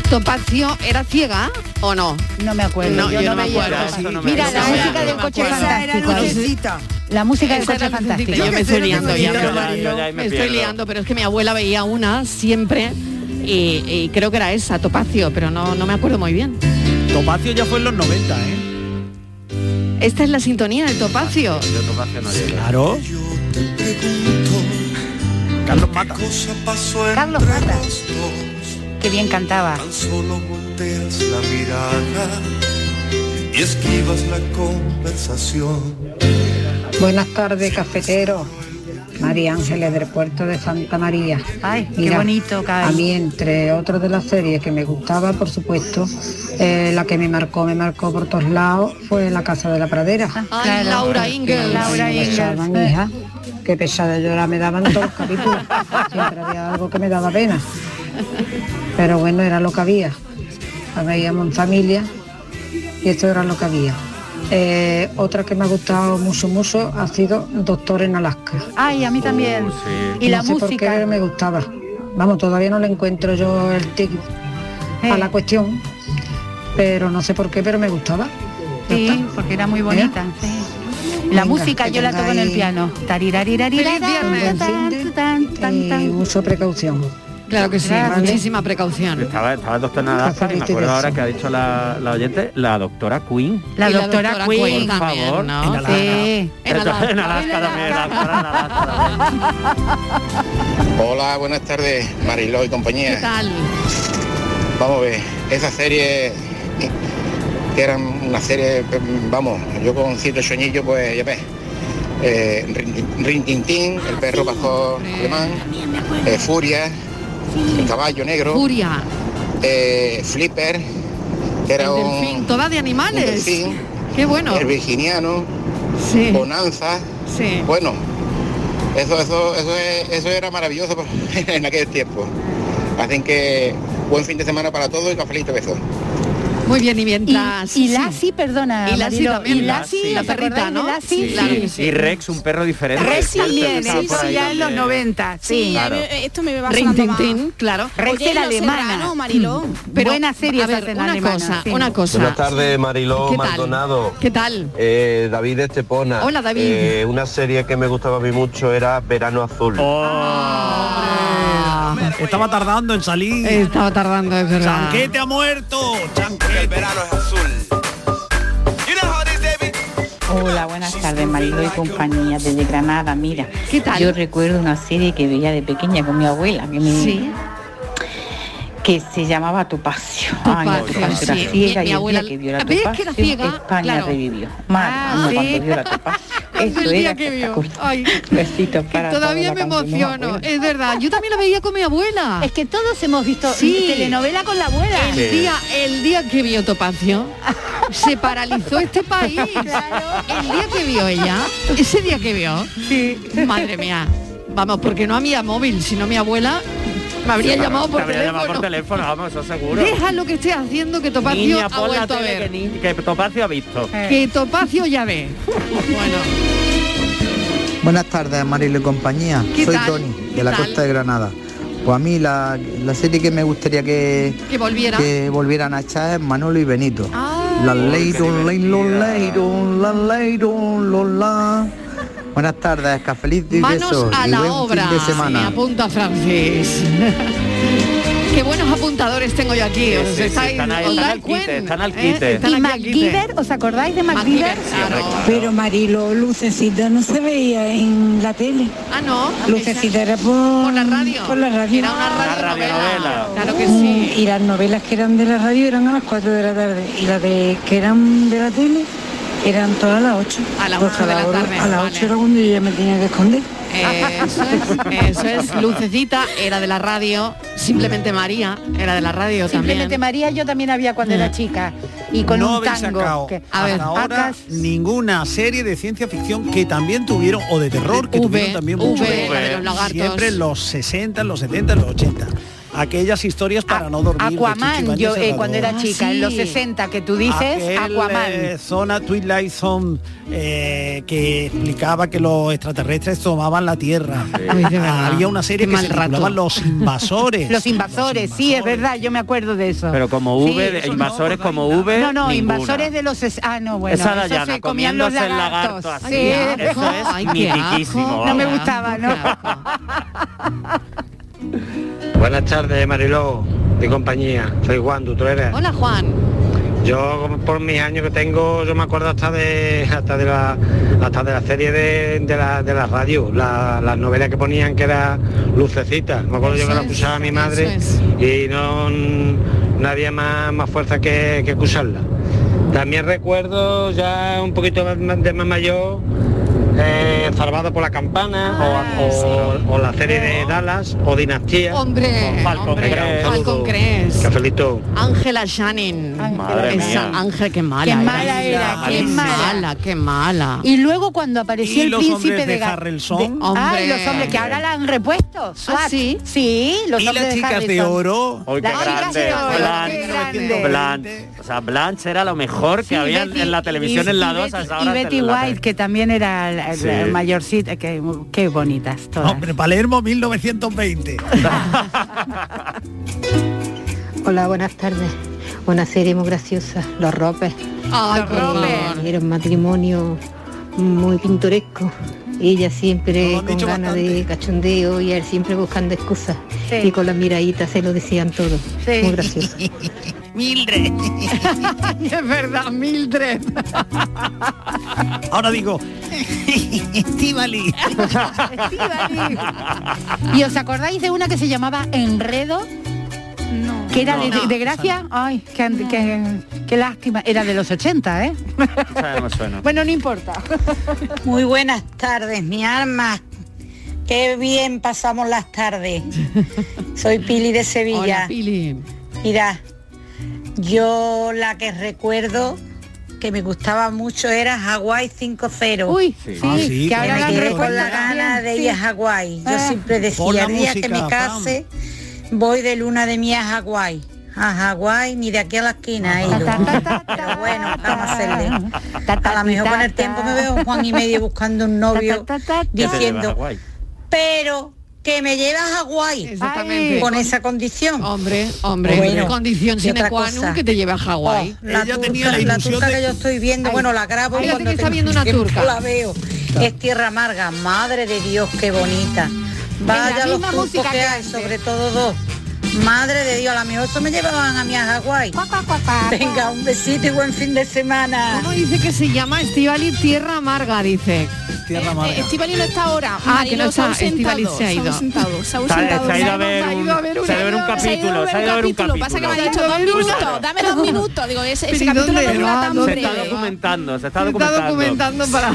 ¿Topacio era ciega o no? No me acuerdo. No, yo, no, me acuerdo. acuerdo. Mira, la música del coche fantástico. La música del coche fantástico. Yo me estoy liando Yo ya, me, ya- yo ya ahí me me estoy pierdo. liando, pero es que mi abuela veía una siempre y, y creo que era esa, Topacio, pero no, no me acuerdo muy bien. Topacio ya fue en los 90, ¿eh? Esta es la sintonía del Topacio. Yo Topacio no llegué. Claro. Carlos Mata. Carlos Mata. Qué bien cantaba. volteas la mirada y esquivas la conversación. Buenas tardes, cafetero. María Ángeles del puerto de Santa María. Ay, qué bonito, Kai. A mí, entre otras de las series que me gustaba, por supuesto, eh, la que me marcó, me marcó por todos lados, fue La Casa de la Pradera. Ah, Ay, Laura Ingalls. Laura hija. Qué pesada llorar me daban todos los capítulos. Siempre había algo que me daba pena. Pero bueno, era lo que había. La veíamos en familia y esto era lo que había. Eh, otra que me ha gustado mucho, mucho ha sido Doctor en Alaska. Ay, a mí también. Y la No sé por música. qué me gustaba. Vamos, todavía no le encuentro yo el tic Eh. a la cuestión, pero no sé por qué, pero me gustaba. Sí, porque era muy bonita. sí. La Venga, música que yo la toco en el tengáis- piano. Tarirarirarirara, Feliz viernes. tan, tan, tan, tan. Y mucha precaución. Eh, Claro que sí, Gracias. muchísima precaución. Estaba, estaba el doctor Nadal y me acuerdo ahora que ha dicho la, la oyente, la doctora Queen. La Y la doctora doctora Queen, Queen por también, favor. ¿no? En Alaska. Sí. En En Alaska, Alaska. también, la doctora Nadal. Hola, buenas tardes, Mariló y ¿Qué compañía. tal? Vamos a ver, esa serie que- que eran una serie, pues, vamos, yo con cierto soñillo, pues ya ves. Eh, Rin- Rin Tin Tin, el perro pastor alemán, eh, Furia, el caballo negro, Furia, eh, Flipper, que era delfín, un, todas de un animales. delfín, Qué bueno. el virginiano, Bonanza, Sí. bueno, eso, eso, eso, es- eso era maravilloso en aquel tiempo. Así que buen fin de semana para todos y cafelito besos. Muy bien, y mientras... Y Lassie, perdona. Y Lassie Marilo, también, y Lassie, Ah, la ¿os perrita, acordáis de ¿no? Lassie? Sí, claro que Y Rex, un perro diferente. Resilien, Estaba eso por ahí ya en los también. 90, sí. Claro. Ya, eh, Esto me va Rin, sonando tin, más. tin, claro. Oye, los mm, Serrano, Mariló. Pero, Buena serie a ver, esa de la una alemana, cosa, sí. una cosa. Buenas tardes, Mariló ¿Qué tal? Maldonado. ¿Qué tal? Eh, David Estepona. Hola, David. Eh, una serie que me gustaba a mí mucho era Verano Azul. Oh, Estaba tardando en salir. Estaba tardando, es verdad. Chanquete ha muerto. Chanquete. El verano es azul. Hola, buenas tardes, marido y compañía desde Granada. Mira, ¿Qué tal? yo recuerdo una serie que veía de pequeña con mi abuela, que, me- Sí. que se llamaba Topacio. Ay, no, Topacio, Topacio era sí. Mi- ciega y mi el abuela- día que vio la ¿Ves que era Topacio, ciega? España Claro. revivió. Madre Ah, mía, sí. cuando vio la Topacio. Eso del día era que vio. Coca-Cola. Ay, Besitos para todavía todos, me la canción, emociono, abuela. es verdad. Yo también lo veía con mi abuela. Es que todos hemos visto telenovela con la abuela. El Sí. día, el día que vio Topacio, se paralizó este país. El día que vio ella, ese día que vio, madre mía, vamos, porque no había móvil, sino mi abuela me habría Sí, llamado te por habría teléfono. llamado por teléfono, vamos, eso seguro. Deja lo que esté haciendo que Topacio Niña, ha pon la vuelto a tele ver. que, ni- que Topacio ha visto. Que Topacio ya ve. Buenas tardes, Marilo y compañía. ¿Qué Soy tal? Tony, ¿Qué de la tal? Costa de Granada. Pues a mí la, la serie que me gustaría que, Que volviera. Ah. que volvieran a echar es Manolo y Benito. La ley, don, ley, lo, ley, don, la ley, don, lo, la. Buenas tardes, cafelito y Manos besos. a y la buen obra. Fin de Me semana. apunta Francis. Qué buenos apuntadores tengo yo aquí. Sí, os sí, sí, estáis- están ahí, os están dais al quite, cuen, están al ¿eh? quite. Están Y aquí al quite. ¿os acordáis de MacGyver? Pero Marilo, lucecita no se veía en la tele. Ah, no. Lucecita era por, la radio. Por la radio. Era una radionovela. Claro que sí. Y las novelas que eran de la radio eran a las 4 de la tarde. Y las de que eran de la tele eran todas a las 8. A las Porque una de a la hora- tarde, A las 8 era cuando yo ya me tenía que esconder. Eso es, eso es. Lucecita era de la radio. Simplemente María era de la radio Simplemente también. María yo también había cuando era chica y con no un habéis tango. sacado que- hasta ahora Acas- ninguna serie de ciencia ficción que también tuvieron o de terror que tuvieron también V, mucho la de los lagartos. siempre en los 60 en los 70 en los 80 aquellas historias para no dormir de Chichi Aquaman, Baños yo eh, Salvador. cuando Ah, era chica, en los 60 que tú dices, Ah, Aquel, Aquaman. eh, zona Twilight Zone eh, que explicaba que los extraterrestres tomaban la Tierra. Ay, de verdad. Había una serie Qué que mal se rato. titulaba Los Invasores. Los invasores, sí, es verdad, yo me acuerdo de eso. Pero como Sí, V, eso no. invasores como V, No, no, ninguna. invasores de los... es- Ah, no, bueno, Esa eso Dayana se comían los comiéndose el lagartos. lagarto Sí, así, eso eso es Ay, qué ajo. mitiquísimo, No me vamos. gustaba, ¿no? Buenas tardes, Mariló, mi compañía. Soy Juan Dutrera. Hola Juan. Yo como por mis años que tengo, yo me acuerdo hasta de hasta de la hasta de la serie de, de la, de la radio, la- las novelas que ponían que era lucecita. Me acuerdo yo que la escuchaba mi madre y no, no había más, más fuerza que, que escucharla. También recuerdo ya un poquito más- de más mayor, eh, Salvado por la campana o- Ah, o, o la serie de Dallas o Dinastía. Hombre, hombre, Venga, un saludo. Falcon Crest. Cafelito. Ángela Shannon. Madre Esa mía. Ángel, qué mala. Qué era. mala era, qué qué mala. mala. qué mala. Y luego cuando apareció ¿Y el los príncipe hombres de de Ga- Harrelson? de- Hombre. Ay, los hombres que ahora la han Ah, repuesto. SWAT. sí? los Y hombres las de chicas de Harrelson. oro. Hoy qué Las chicas grande, de oro, qué Blanche, grande. Blanche. O sea, Blanche era lo mejor que había en- en la televisión en la 2 a esa Y hora. Betty en la White, que también era la, la Sí. mayorcita, que qué bonitas todas. Hombre, Palermo 1920. Hola, buenas tardes. Una serie muy graciosa, Los Ropes. Ay, por Eh, Era un matrimonio muy pintoresco. Ella siempre con ganas de cachondeo y él siempre buscando excusas. Sí. Y con las miraditas se lo decían todo. Muy gracioso. Mildred. es verdad, Mildred. Ahora digo, Estivali. ¿Y os acordáis de una que se llamaba Enredo? No. Que era No. de, de- No. de gracia. Ay, qué, qué- qué lástima. Era de los 80, ¿eh? tarde. Esa me suena. Bueno, no importa. Muy buenas tardes, mi alma. Qué bien pasamos las tardes. Soy Pili de Sevilla. Hola, Pili. Mira, yo la que recuerdo que me gustaba mucho era Hawái 5.0. Uy, Sí. Ah, sí, que claro, ahora sí, la recuerdo con la también, gana de ir a sí. Hawái. Yo Eh. Ah. siempre Pon decía, la el día que me música, Pam. case, voy de luna de miel a Hawái. A Hawái ni de aquí a la esquina. he ido. Ah. Pero bueno, vamos a hacerle. A lo mejor con el tiempo me veo un Juan y medio buscando un novio ¿Qué te llevas a diciendo, Hawái? pero que me llevas a Hawái. Exactamente. Con esa condición. Hombre, Hombre, condición sine qua non que te lleve a Hawái. Oh, la turca, la turca que yo estoy viendo, bueno, la grabo Fíjate cuando que está tengo viendo una tiempo, turca. La veo. Es tierra amarga, madre de Dios, qué bonita. Vaya Venga, los misma turcos música que que hay, sobre todo dos. Madre de Dios, a lo mejor eso me llevaban a mi a Hawái. Venga, un besito y buen fin de semana. Uno dice que se llama Estivali Tierra Amarga, dice. Tierra Amarga. eh, Estivali no está ahora. Ah, que no Marilo se ha está. Estíbaliz ausentado, se ha ido. ausentado, Se ha Está- ausentado. se ha ido a Se ver un- un- se ha ido a ver un capítulo. Se ha ido a ver un capítulo. Pues, Pasa que me ha dicho dos minutos. Dame dos minutos. Digo, ese ese Pero ¿y capítulo no dónde? era tan Pero, Se está breve. documentando, se está Se está documentando. documentando para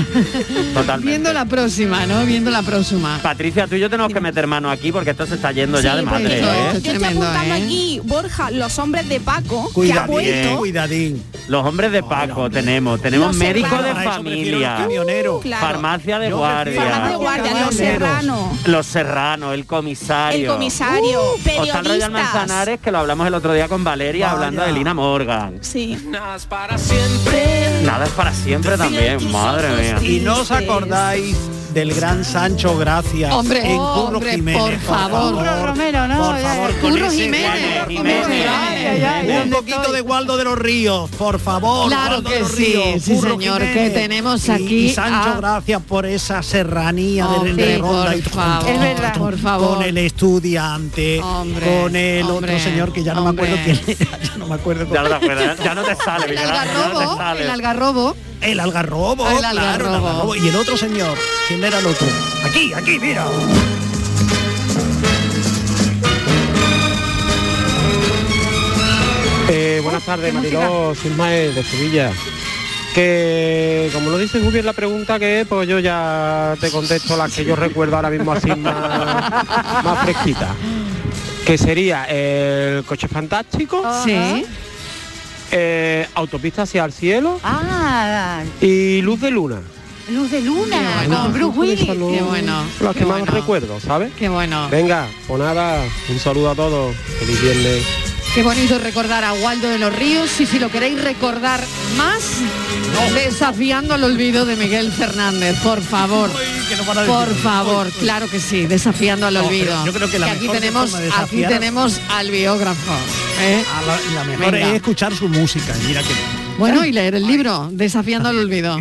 Totalmente. viendo la próxima, ¿no? Viendo la próxima. Patricia, tú y yo tenemos que meter mano aquí porque esto se está yendo ya de madre. Yo, ¿eh? yo estoy apuntando aquí, Borja, los hombres de Paco, que ha Bien. vuelto. Los hombres de Paco tenemos, tenemos Los médicos de serranos. familia, camioneros. Claro. farmacia de Yo guardia, prefiero Farmacia de guardia, los camioneros. serranos. los serranos, el comisario, El comisario, Uh, Hostal Royal periodistas. Manzanares, que lo hablamos el otro día con Valeria Vaya. hablando de Lina Morgan. Sí. Nada es para siempre también, madre mía. Y no os acordáis del gran Sancho Gracias Hombre, en Curro hombre, Jiménez. por favor. Curro Romero, no, Por ya, ya. favor, con Curro ese Jiménez, Waldo Jiménez, ya, ya, ya, Un ¿dónde poquito de Waldo de los Ríos, por favor. Claro Waldo que de los sí, Ríos, sí, Curro señor, Jiménez. que tenemos Y- aquí Y Sancho a- Gracias por esa serranía de, de Hombre, Ronda. por y- favor, Es verdad. por favor. Con el estudiante, Hombre, con el hombre, otro señor que ya no me acuerdo quién era, ya no me acuerdo. Ya no te acuerdas, ya no te sale, Miguel Ángel, ya no te Algarrobo, sale. el algarrobo. El algarrobo, claro, El el algarrobo. algarrobo. Y el otro señor, ¿quién era el otro? Aquí, aquí, mira. Eh, Oh, buenas tardes, Mariló Silmae de Sevilla. Que como lo dice muy bien la pregunta que es, pues yo ya te contesto las que yo recuerdo ahora mismo así más, más fresquita. Que sería el coche fantástico. Sí. eh, autopista hacia el cielo Ah, y luz de luna. Luz de Luna, con Bruce Willis. Qué bueno. Las que más recuerdo, ¿sabes? Qué bueno. Venga, pues nada, un saludo a todos. Feliz viernes. Qué bonito recordar a Waldo de los Ríos y si lo queréis recordar más, desafiando el olvido de Miguel Fernández, por favor. van a decir, Por favor, claro que sí, desafiando al No, pero olvido. yo creo que la aquí mejor tenemos, forma de aquí desafiar- Ah, tenemos al biógrafo. ¿eh? A la, la mejor Venga. es escuchar su música. y Mira que Bueno, y leer el libro, Desafiando al olvido.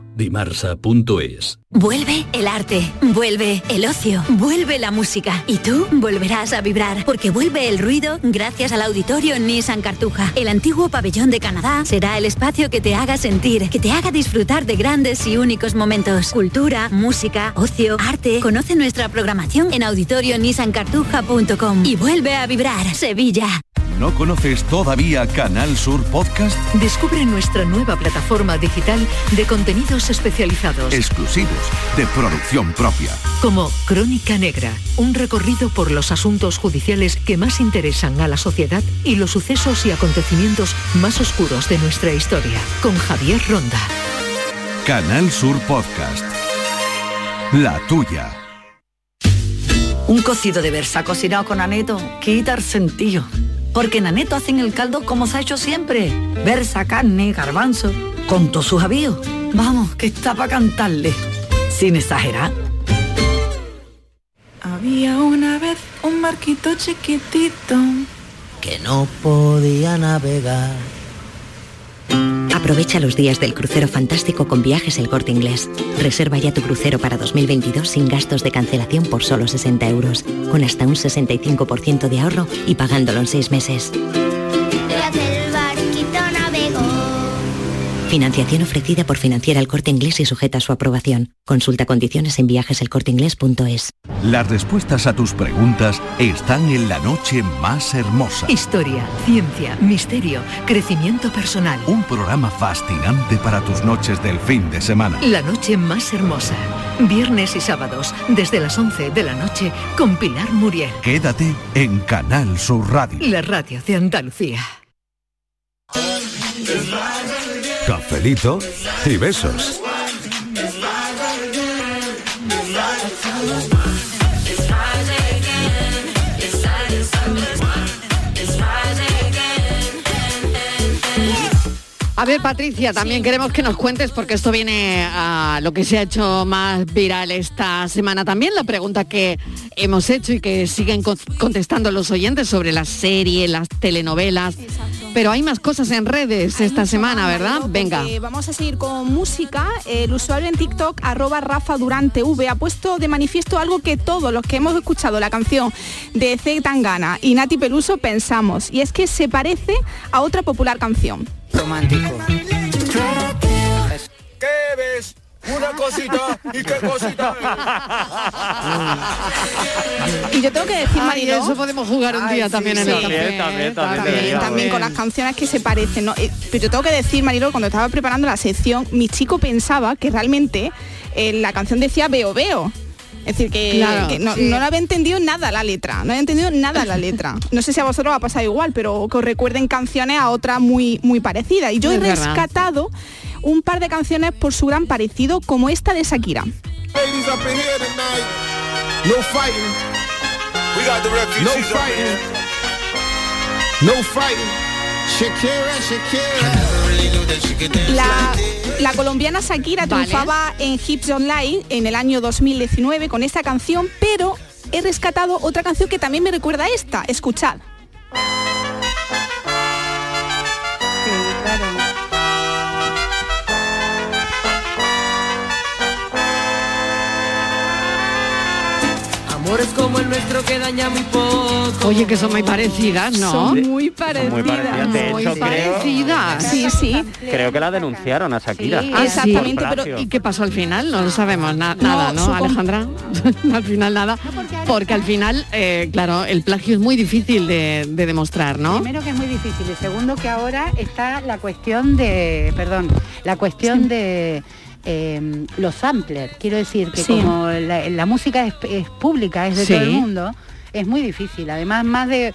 Dimarsa.es Vuelve el arte, vuelve el ocio, vuelve la música y tú volverás a vibrar porque vuelve el ruido gracias al auditorio Nissan Cartuja. El antiguo pabellón de Canadá será el espacio que te haga sentir, que te haga disfrutar de grandes y únicos momentos. Cultura, música, ocio, arte. Conoce nuestra programación en auditorionissancartuja.com y vuelve a vibrar Sevilla. ¿No conoces todavía Canal Sur Podcast? Descubre nuestra nueva plataforma digital de contenidos especializados, Exclusivos, de producción propia. como Crónica Negra, un recorrido por los asuntos judiciales que más interesan a la sociedad y los sucesos y acontecimientos más oscuros de nuestra historia, con Javier Ronda. Canal Sur Podcast. La tuya. Un cocido de versa cocinado con aneto quita el sentido. Porque en aneto hacen el caldo como se ha hecho siempre. Versa, carne, garbanzo, con todos sus avíos. Vamos, que está para cantarle. Sin exagerar. Había una vez un barquito chiquitito. Que no podía navegar. Aprovecha los días del crucero fantástico con viajes el corte inglés. Reserva ya tu crucero para 2022 sin gastos de cancelación por solo 60 euros, con hasta un 65% de ahorro y pagándolo en seis meses. el barquito navegó. Financiación ofrecida por Financiera el corte inglés y sujeta a su aprobación. Consulta condiciones en viajeselcorteinglés.es. Las respuestas a tus preguntas están en la noche más hermosa. Historia, ciencia, misterio, crecimiento personal. Un programa fascinante para tus noches del fin de semana. La noche más hermosa. Viernes y sábados, desde las 11 de la noche, con Pilar Muriel. Quédate en Canal Sur Radio. La radio de Andalucía. Cafelito y besos. A ver, Patricia, también queremos que nos cuentes, porque esto viene a lo que se ha hecho más viral esta semana también, la pregunta que hemos hecho y que siguen con- contestando los oyentes sobre las series, las telenovelas. Pero hay más cosas en redes esta semana, ¿verdad? Venga. Eh, vamos a seguir con música. El usuario en TikTok, arroba Rafa Durante V, ha puesto de manifiesto algo que todos los que hemos escuchado la canción de C. Tangana y Nati Peluso pensamos, y es que se parece a otra popular canción. Romántico. ¿Qué ves? Una cosita y qué cosita. Y yo tengo que decir, Ay, Mariló, eso podemos jugar un día también en el café, ¿eh? también, también con las canciones que se parecen. ¿no? Eh, Pero yo tengo que decir, Marilo, cuando estaba preparando la sección, mi chico pensaba que realmente eh, la canción decía veo veo. Es decir, que, Claro, que no, sí. no lo había entendido nada la letra, no había entendido nada la letra. No sé si a vosotros os ha pasado igual, pero que os recuerden canciones a otra muy, muy parecida. Y yo he Es verdad. rescatado un par de canciones por su gran parecido, como esta de Shakira. Ladies up in here tonight. No fighting. We got the refugees. No fighting. No fighting. Shakira, Shakira. La, la colombiana Shakira triunfaba en Hips Online en el año 2019 con esta canción, pero he rescatado otra canción que también me recuerda a esta. Escuchad. Amores como el nuestro que daña muy poco. Oye, que son muy parecidas, ¿no? Son muy parecidas. Muy parecida. De Muy hecho, creo, parecidas. Sí, sí. creo que la denunciaron a Shakira. Ah, sí. Por plagio. pero ¿y qué pasó al final? No lo sabemos na- nada, ¿no, supongo- Alejandra? al final nada. Porque al final, eh, claro, el plagio es muy difícil de, de demostrar, ¿no? Primero que es muy difícil y segundo que ahora está la cuestión de, perdón, la cuestión de eh, los samplers. Quiero decir que Sí. como la, la música es, es pública, es de Sí. todo el mundo, es muy difícil. Además, más de...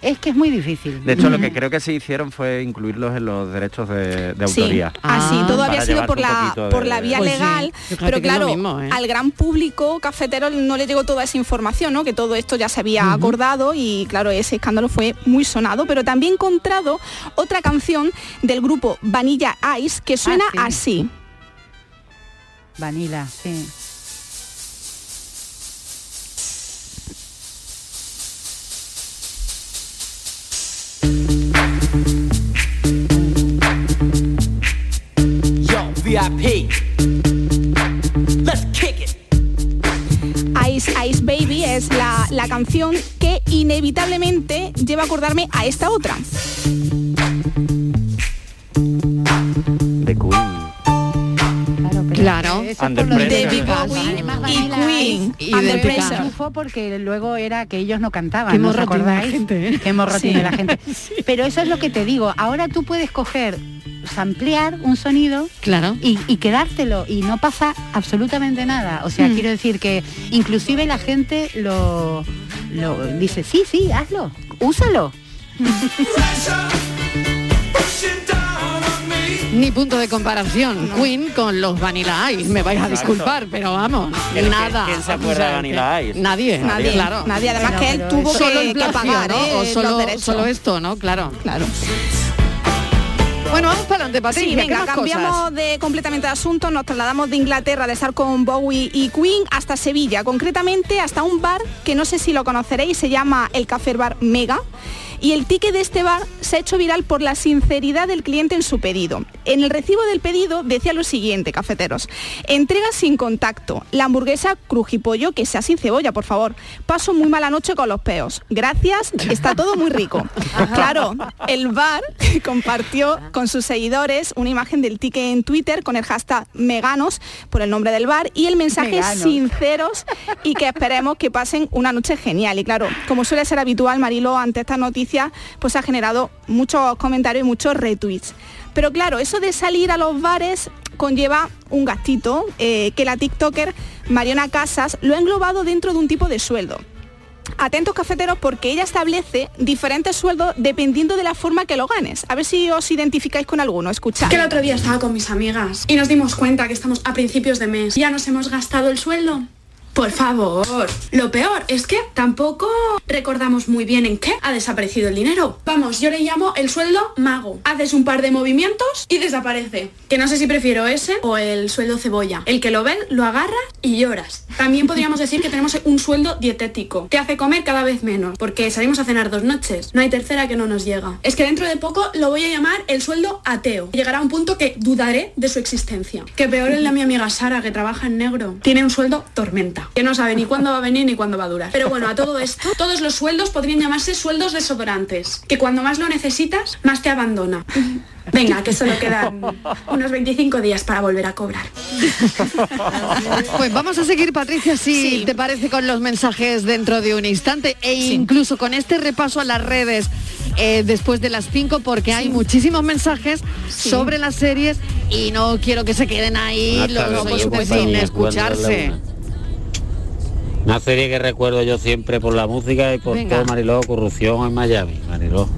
Es que es muy difícil. De hecho, lo que creo que se hicieron fue incluirlos en los derechos de, de Sí. autoría. Así, todo Para había sido llevarse por un la, poquito de- por la vía Pues sí, legal, fíjate pero que es lo claro, mismo, ¿eh? al gran público cafetero no le llegó toda esa información, ¿no? que todo esto ya se había acordado y claro, ese escándalo fue muy sonado, pero también he encontrado otra canción del grupo Vanilla Ice Ah, que suena así. Vanilla, sí. Yo, VIP. Let's kick it. Ice Ice Baby es la, la canción que inevitablemente lleva a acordarme a esta otra. De Queen. Claro. Under David Pressure. Bowie y Queen. Y Under de Pressure. triunfó porque luego era que ellos no cantaban, Qué ¿no os morro tiene la acordáis? gente, ¿eh? Qué morro Sí. tiene la gente. Pero eso es lo que te digo, ahora tú puedes coger, samplear un sonido Claro. y, y quedártelo y no pasa absolutamente nada. O sea, Mm. quiero decir que inclusive la gente lo, lo dice, sí, sí, hazlo, úsalo. Ni punto de comparación, Queen con los Vanilla Ice. Me vais a Exacto. disculpar, pero vamos, Pero ¿quién- nada. quién se acuerda de O sea, Vanilla que- Ice? Nadie, Nadie, claro. nadie. Además que él pero tuvo es- solo que- el que plagio, pagar, ¿no? ¿eh? O los solo, derechos. solo esto, ¿no? Claro. Claro. Bueno, vamos para adelante, Patricia. Sí, ¿qué venga, más cambiamos cosas? de completamente de asunto, nos trasladamos de Inglaterra de estar con Bowie y Queen hasta Sevilla, concretamente hasta un bar que no sé si lo conoceréis, se llama el Café Bar Mega. Y el ticket de este bar se ha hecho viral por la sinceridad del cliente en su pedido. En el recibo del pedido decía lo siguiente, cafeteros. Entrega sin contacto. La hamburguesa crujipollo, que sea sin cebolla, por favor. Paso muy mala noche con los peos. Gracias, está todo muy rico. Claro, el bar compartió con sus seguidores una imagen del ticket en Twitter con el hashtag Meganos por el nombre del bar y el mensaje Meganos. sinceros y que esperemos que pasen una noche genial. Y claro, como suele ser habitual, Marilo, ante estas noticias, pues ha generado muchos comentarios y muchos retweets. Pero claro, eso de salir a los bares conlleva un gastito eh, que la TikToker Mariona Casas lo ha englobado dentro de un tipo de sueldo. Atentos cafeteros porque ella establece diferentes sueldos dependiendo de la forma que lo ganes. A ver si os identificáis con alguno. Escuchad. Que el otro día estaba con mis amigas y nos dimos cuenta que estamos a principios de mes. Ya nos hemos gastado el sueldo. Por favor. Lo peor es que tampoco recordamos muy bien en qué ha desaparecido el dinero. Vamos, yo le llamo el sueldo mago. Haces un par de movimientos y desaparece. Que no sé si prefiero ese o el sueldo cebolla. El que lo ven, lo agarra y lloras. También podríamos decir que tenemos un sueldo dietético. Te hace comer cada vez menos porque salimos a cenar dos noches. No hay tercera que no nos llega. Es que dentro de poco lo voy a llamar el sueldo ateo. Llegará un punto que dudaré de su existencia. Que peor es la mi amiga Sara que trabaja en negro. Tiene un sueldo tormenta. Que no sabe ni cuándo va a venir ni cuándo va a durar. Pero bueno, a todo esto, todos los sueldos podrían llamarse sueldos desodorantes. Que cuando más lo necesitas, más te abandona. Venga, que solo quedan unos 25 días para volver a cobrar. Pues vamos a seguir, Patricia, si te parece, con los mensajes dentro de un instante e incluso con este repaso a las redes eh, después de las 5 porque hay muchísimos mensajes sobre las series y no quiero que se queden ahí Buenas los tardes, por oyentes supuesto. sin Buenas, escucharse. buenas, Una serie que recuerdo yo siempre por la música y por Venga. todo Mariló, corrupción en Miami, Mariló.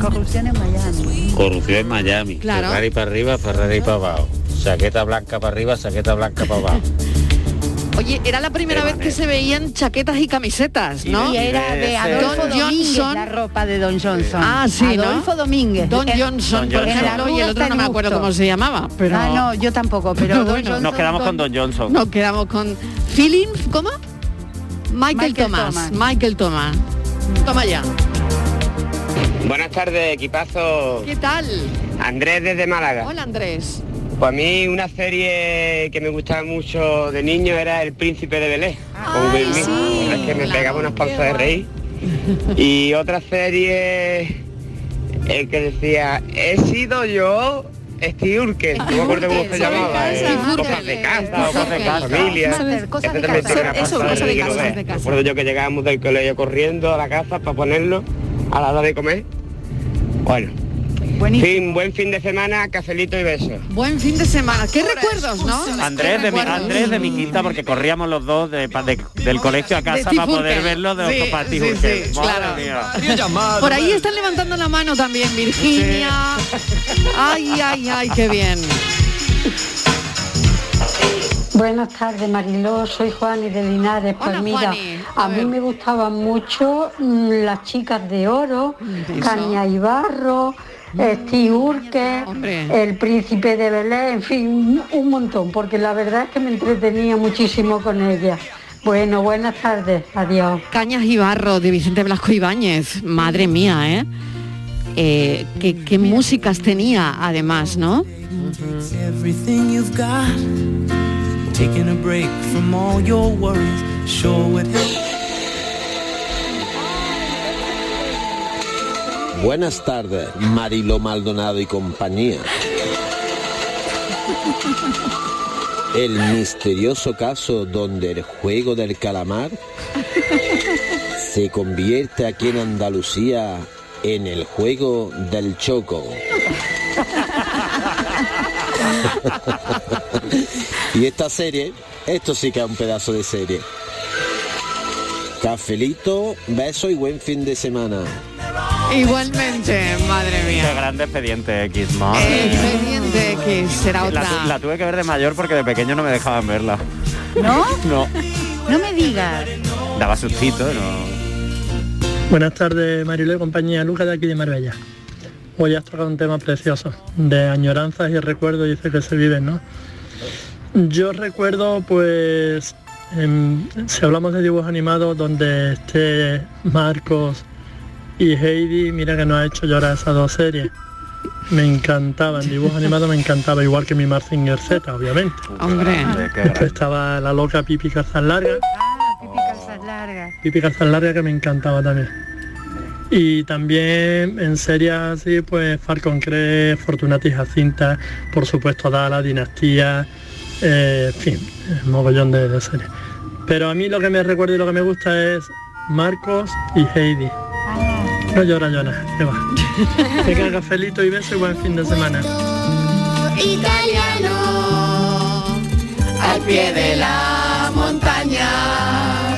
Corrupción en Miami. Corrupción en Miami. Claro. Ferrari para arriba, Ferrari para abajo. Chaqueta blanca para arriba, chaqueta blanca para abajo. Oye, era la primera vez que se veían chaquetas y camisetas, ¿no? Y era de Adolfo Don Domínguez, Johnson. la ropa de Don Johnson. Ah, sí, ¿no? Adolfo Domínguez. Don Eh, Johnson, por en la ejemplo, y arruga el otro está no me el acuerdo gusto. cómo se llamaba, pero... Ah, no, yo tampoco, pero Don Johnson Nos quedamos con Don Johnson. Nos quedamos con Feeling, ¿cómo? Michael, Michael Thomas. Thomas. Mm. Michael Thomas. Toma ya. Buenas tardes, equipazo. ¿Qué tal? Andrés desde Málaga. Hola Andrés. Pues a mí una serie que me gustaba mucho de niño era El Príncipe de Belé. Con Will Smith, la que me pegaba unas pausas de reír. Y otra serie el que decía, he sido yo Steve Urkel. Ah, No me acuerdo cómo se llamaba. eh, cosas de casa, o cosas de casa. Familia. Cosas Este de también casa. tenía una Eso, pausa cosas de que lo casa, vea. cosas de casa. eh, Recuerdo yo que llegábamos del colegio corriendo a la casa para ponerlo a la hora de comer. Bueno. Fin, buen fin de semana, cafelito y besos. Buen fin de semana. ¿Qué recuerdos, no? Andrés de, mi, Andrés de mi quinta porque corríamos los dos de- pa- de- del colegio a casa Steve para poder Urkel. verlo de Sí, los Patty sí, Urkel. sí, Madre claro. mía. Ah, Por ahí están levantando la mano también, Virginia. Ay, ay, ay, qué bien. Buenas tardes, Mariló. Soy Juani de Linares. Pues Hola, mira, Juani. a mí me gustaban mucho mm, las chicas de oro, Caña y Barro, Mm. Steve Urke, El Príncipe de Belén, en fin, un- un montón, porque la verdad es que me entretenía muchísimo con ellas. Bueno, buenas tardes. Adiós. Cañas y barro de Vicente Blasco Ibáñez. Madre mía, ¿eh? Eh, qué, qué músicas tenía además, ¿no? It's everything you've got. Taking a break from all your worries sure would help. Buenas tardes, Marilo Maldonado y compañía. El misterioso caso donde el juego del calamar se convierte aquí en Andalucía en el juego del choco. y esta serie, esto sí que es un pedazo de serie. Cafelito, beso y buen fin de semana. Igualmente, madre mía. Qué grande expediente X, madre mía. Expediente X será La, tu- otra. la tuve que ver de mayor porque de pequeño no me dejaban verla. ¿Ah? ¿No? No, No me digas. daba sustito, no. Buenas tardes, Marilo y compañía. Lucas de aquí de Marbella. Hoy has tocado un tema precioso, de añoranzas y recuerdos, dice que se viven, ¿no? Yo recuerdo, pues, em, si hablamos de dibujos animados, donde esté Marcos y Heidi, mira que nos ha hecho llorar esas dos series. Me encantaban, dibujos animados me encantaba, igual que mi Marzinger Z, obviamente. Hombre. Después estaba la loca Pipi Calzas Largas. Pipi Calzas Largas que me encantaba también. Y también en series así, pues Falcon Crest, Fortunati y Jacinta, por supuesto Dala, Dinastía, eh, en fin, eh, mogollón de, de series. Pero a mí lo que me recuerda y lo que me gusta es Marcos y Heidi. No llora, llora, que va. Venga, cafelito y beso y buen fin de semana. Italiano, al pie de la montaña,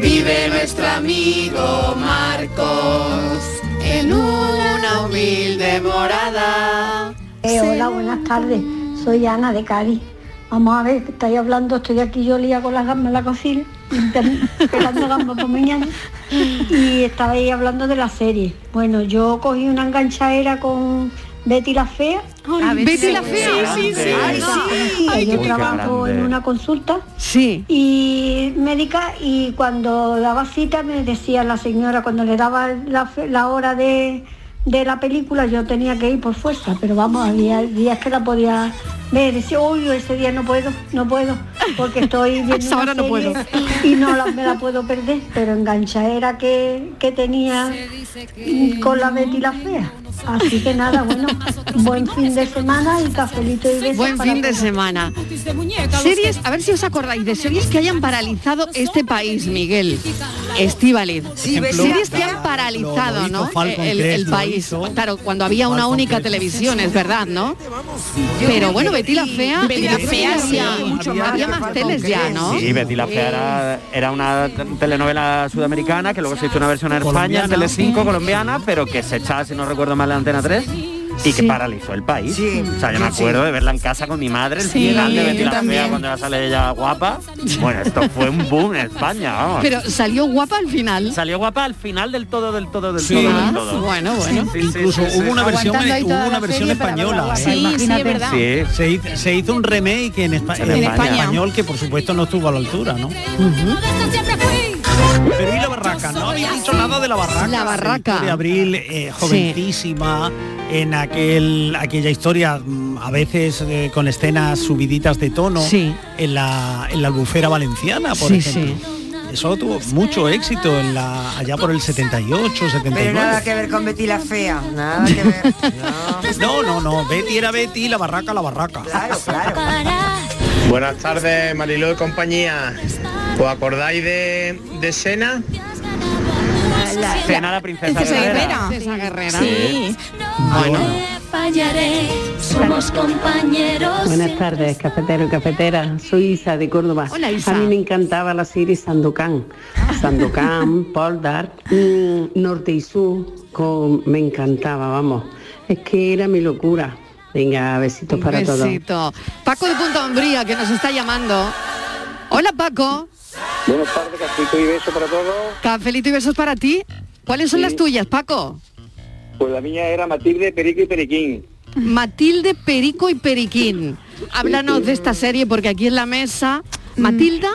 vive nuestro amigo Marcos en una humilde morada. Eh, hola, buenas tardes. Soy Ana de Cádiz. Vamos a ver, que estáis hablando, estoy aquí yo lía con las gambas en la cocina, inter- pelando gambas por mañana, y estabais hablando de la serie. Bueno, yo cogí una enganchadera con Betty la Fea. Ah, Betty Betty la la Fea. Fea. Sí, sí, sí. Ay, Ay, sí. sí. Ay, yo qué trabajo grande. en una consulta sí. y médica y cuando daba cita me decía la señora, cuando le daba la, fe- la hora de, de la película yo tenía que ir por fuerza, pero vamos, había días que la podía ver, decía, uy, ese día no puedo, no puedo, porque estoy viendo esa una hora no serie y no la- me la puedo perder, pero enganchadera que, que tenía con la Betty la Fea. Así que nada, bueno, buen fin de semana y cafelito y besos Buen para fin de todos. semana. Series, a ver si os acordáis de series que hayan paralizado este país, Miguel. Estíbaliz. Sí, Por ejemplo, series que Vela, han lo- lo paralizado, hizo ¿no? Falcon El, Crest, el lo país. Claro, cuando había una Falcon única Crest. televisión, es verdad, Yo ¿no? Pero creo bueno, que Betty la Fea. Betty yo la creo que Fea, había, sí, mucho había más que más Falcon teles ya, Crest. ¿no? Sí, Betty la Fea era, era una t- telenovela sudamericana que luego se hizo una versión en España, en Colombiana. Telecinco colombiana, pero que se echaba, si no recuerdo mal, en la Antena 3 y que paralizó el país. O sea, yo me Sí. acuerdo de verla en casa con mi madre, el Sí, final de Betty yo la Fea también. cuando ya sale ella guapa. Bueno, esto fue un boom en España, vamos. Pero salió guapa al final. Salió guapa al final del todo, del todo, del Sí. todo, Ah, del todo. bueno, bueno. Incluso hubo una versión, Aguantando ahí hubo toda una la versión serie para española. ¿eh? verla guapa, Sí, sí, imagínate. es verdad. Sí. Se, hizo, se hizo un remake en, espa- En en España. español que por supuesto no estuvo a la altura, ¿no? Pero y la barraca, no había dicho nada de la barraca. La barraca. De abril, eh, jovencísima, en aquel, aquella historia, mm, a veces eh, con escenas subiditas de tono, en, la, en la albufera valenciana, por Sí, ejemplo. Eso tuvo mucho éxito en la, allá por el 78, 79. Pero nada que ver con Betty la Fea, nada que ver. No, no, no. Betty era Betty, la barraca, la barraca. Buenas tardes, Mariló y compañía. ¿Os acordáis de, de Sena? Sena la princesa Princesa Guerrera. guerrera. Princesa Guerrera. Sí. Bueno. fallaré, somos compañeros. Buenas tardes, cafetero y cafetera. Soy Isa de Córdoba. Hola, Isa. A mí me encantaba la serie Sandokan. Ah. Sandokan, Poldar, Norte y Sur. con- me encantaba, vamos. Es que era mi locura. Venga, besitos para todos. Besito. Paco de Punta Umbría, que nos está llamando. Hola, Paco. Buenas tardes, cafelito y beso para todos. Cafelito y besos para ti. ¿Cuáles son Sí. las tuyas, Paco? Pues la mía era Matilde Perico y Periquín. Matilde, Perico y Periquín. Háblanos de esta serie porque aquí en la mesa. Mm. Matilda.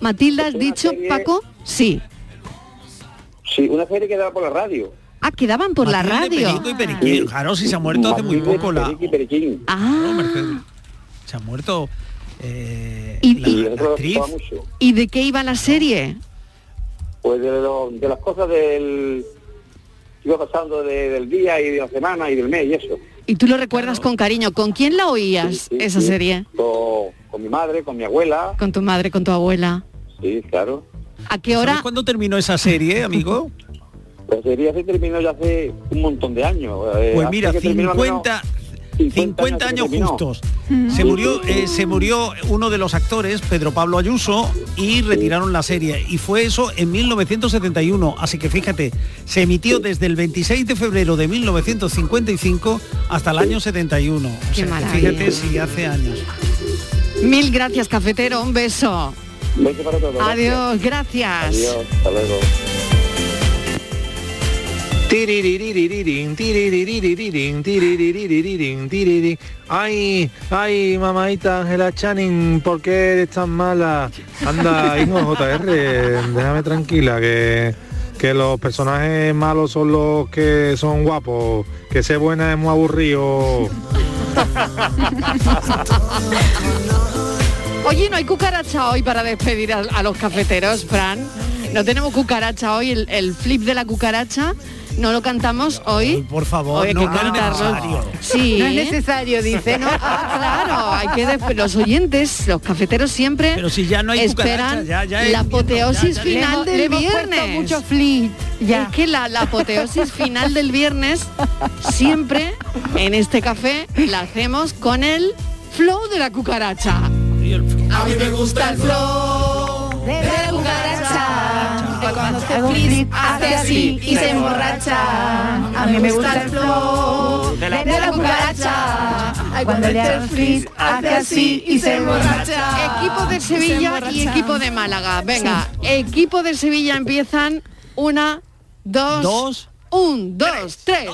Matilda, has dicho, Paco. Sí. Sí, una serie que daba por la radio. Ah, quedaban por la Matilde, radio. Perico y Periquín. Claro, si se ha muerto hace muy poco la... Ah. Se ha muerto eh, ¿Y, la, y- Yo la creo que actriz. gustaba mucho. y de qué iba la serie? Pues de, lo- de las cosas del... que iba pasando de- del día y de la semana y del mes y eso. Y tú lo recuerdas con cariño. ¿Con quién la oías Sí, esa sí. serie? Con, con mi madre, con mi abuela. Con tu madre, con tu abuela. Sí, claro. ¿A qué hora? ¿Sabes cuándo terminó esa serie, amigo? La serie se terminó ya hace un montón de años. Eh, Pues hace mira, que terminó al menos 50, 50 años justos. Se murió, eh, se murió uno de los actores, Pedro Pablo Ayuso, y retiraron la serie. Y fue eso en 1971. Así que fíjate, se emitió desde el 26 de febrero de 1955 hasta el año 71. O Qué sea, que maravilla. fíjate si hace años. Mil gracias, cafetero. Un beso. Beso para todos. Adiós, gracias. Adiós, hasta luego. Tiririririririn, tiririririririn, tiririririririn, tiriri. Ay, ay, mamadita Ángela Channing, ¿por qué eres tan mala? Anda, hijo JR, déjame tranquila, que, que los personajes malos son los que son guapos, que ser buena es muy aburrido. Oye, no hay cucaracha hoy para despedir a, a los cafeteros, Fran. No tenemos cucaracha hoy, el, el flip de la cucaracha. No lo cantamos hoy. Por favor, Hoy hay no, que no era cantarlo. necesario. Sí. No es necesario, dice, ¿no? Ah, claro, hay que despe- los oyentes, los cafeteros siempre Pero si ya no hay esperan cucaracha, ya- ya es la apoteosis ya, ya. Le final hemos- del le hemos puesto viernes. mucho flip. Es que la, la apoteosis final del viernes siempre en este café la hacemos con el flow de la cucaracha. A mí me gusta el flow de la cucaracha. que cuando hace un flip hace así y se emborracha. A mí me gusta el flow de la, de la cucaracha. Ay, cuando le hace el flip hace así y se emborracha. Equipo de Sevilla y equipo de Málaga. Venga, equipo de Sevilla empiezan una, dos, Dos. un, dos, tres.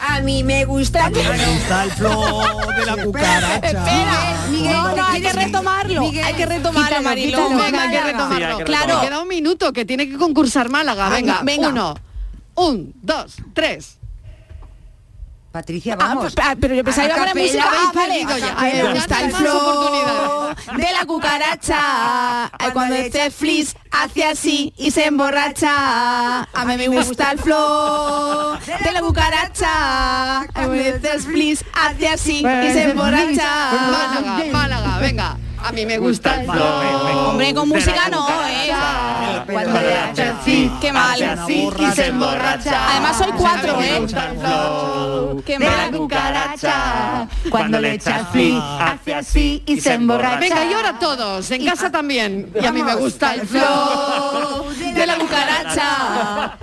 A mí me gusta. Está el flow de la cucaracha. Miguel, No, no, hay que retomarlo. hay que retomarlo, Quítalo, Mariló. quítalo, Venga, hay que quítalo. retomarlo. Claro. Claro. Queda un minuto que tiene que concursar Málaga. Ah, Venga, venga. uno, un, dos, tres. Ah, pues, Patricia, vamos. pero yo pensaba que iba a poner música. Ah, vale. A mí me gusta el flow de la cucaracha. Ay, cuando este flis hace así y se emborracha. A mí me gusta el flow de la cucaracha. Ay, Cuando este flis hace así y se emborracha. Málaga, Málaga, venga. A mí me gusta el Hombre, con música no, eh. Ah, Cuando le hace así, Qué mal. y se emborracha. Además soy cuatro, eh. Qué mala cucaracha. Cuando le echas así, hace así y se emborracha. Venga, y ahora todos, en casa también. Y a mí me Vamos. gusta el flow de la cucaracha.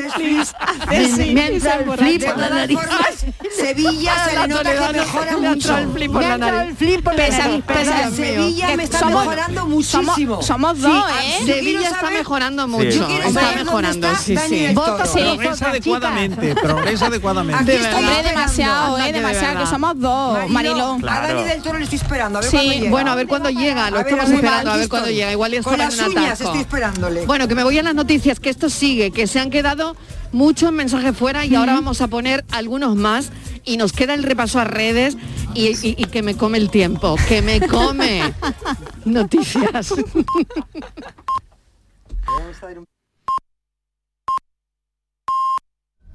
Me- me entra Me entra el el flip por la nariz. Ah, Sevilla se le nota que mejora Me entra mucho. el flip por Me la entra nariz. el flip por la Pesa- nariz, pesa- perdón. Sevilla Que me está somos- mejorando muchísimo. somos- Somos dos, ¿eh? yo Sevilla quiero está saber- mejorando Sí. mucho. Yo quiero Está saber dónde mejorando, está sí, Dani sí. el Toro. Vota sí, Progresa adecuadamente, progresa adecuadamente. Aquí estoy Hombre, esperando. demasiado, eh, Ándate, demasiado, de que verdad. somos dos, Mariló. A Dani Claro. del Toro le estoy esperando, a ver cuándo Sí, llega. bueno, a ver cuándo llega, lo A ver, estamos a ver, esperando, a aquí ver cuándo estoy. llega, igual ya Con estaba las en un uñas atasco. estoy esperándole. Bueno, que me voy a las noticias, que esto sigue, que se han quedado muchos mensajes fuera y ahora vamos a poner algunos más y nos queda el repaso a redes y, y- y que me come el tiempo, que me come. noticias.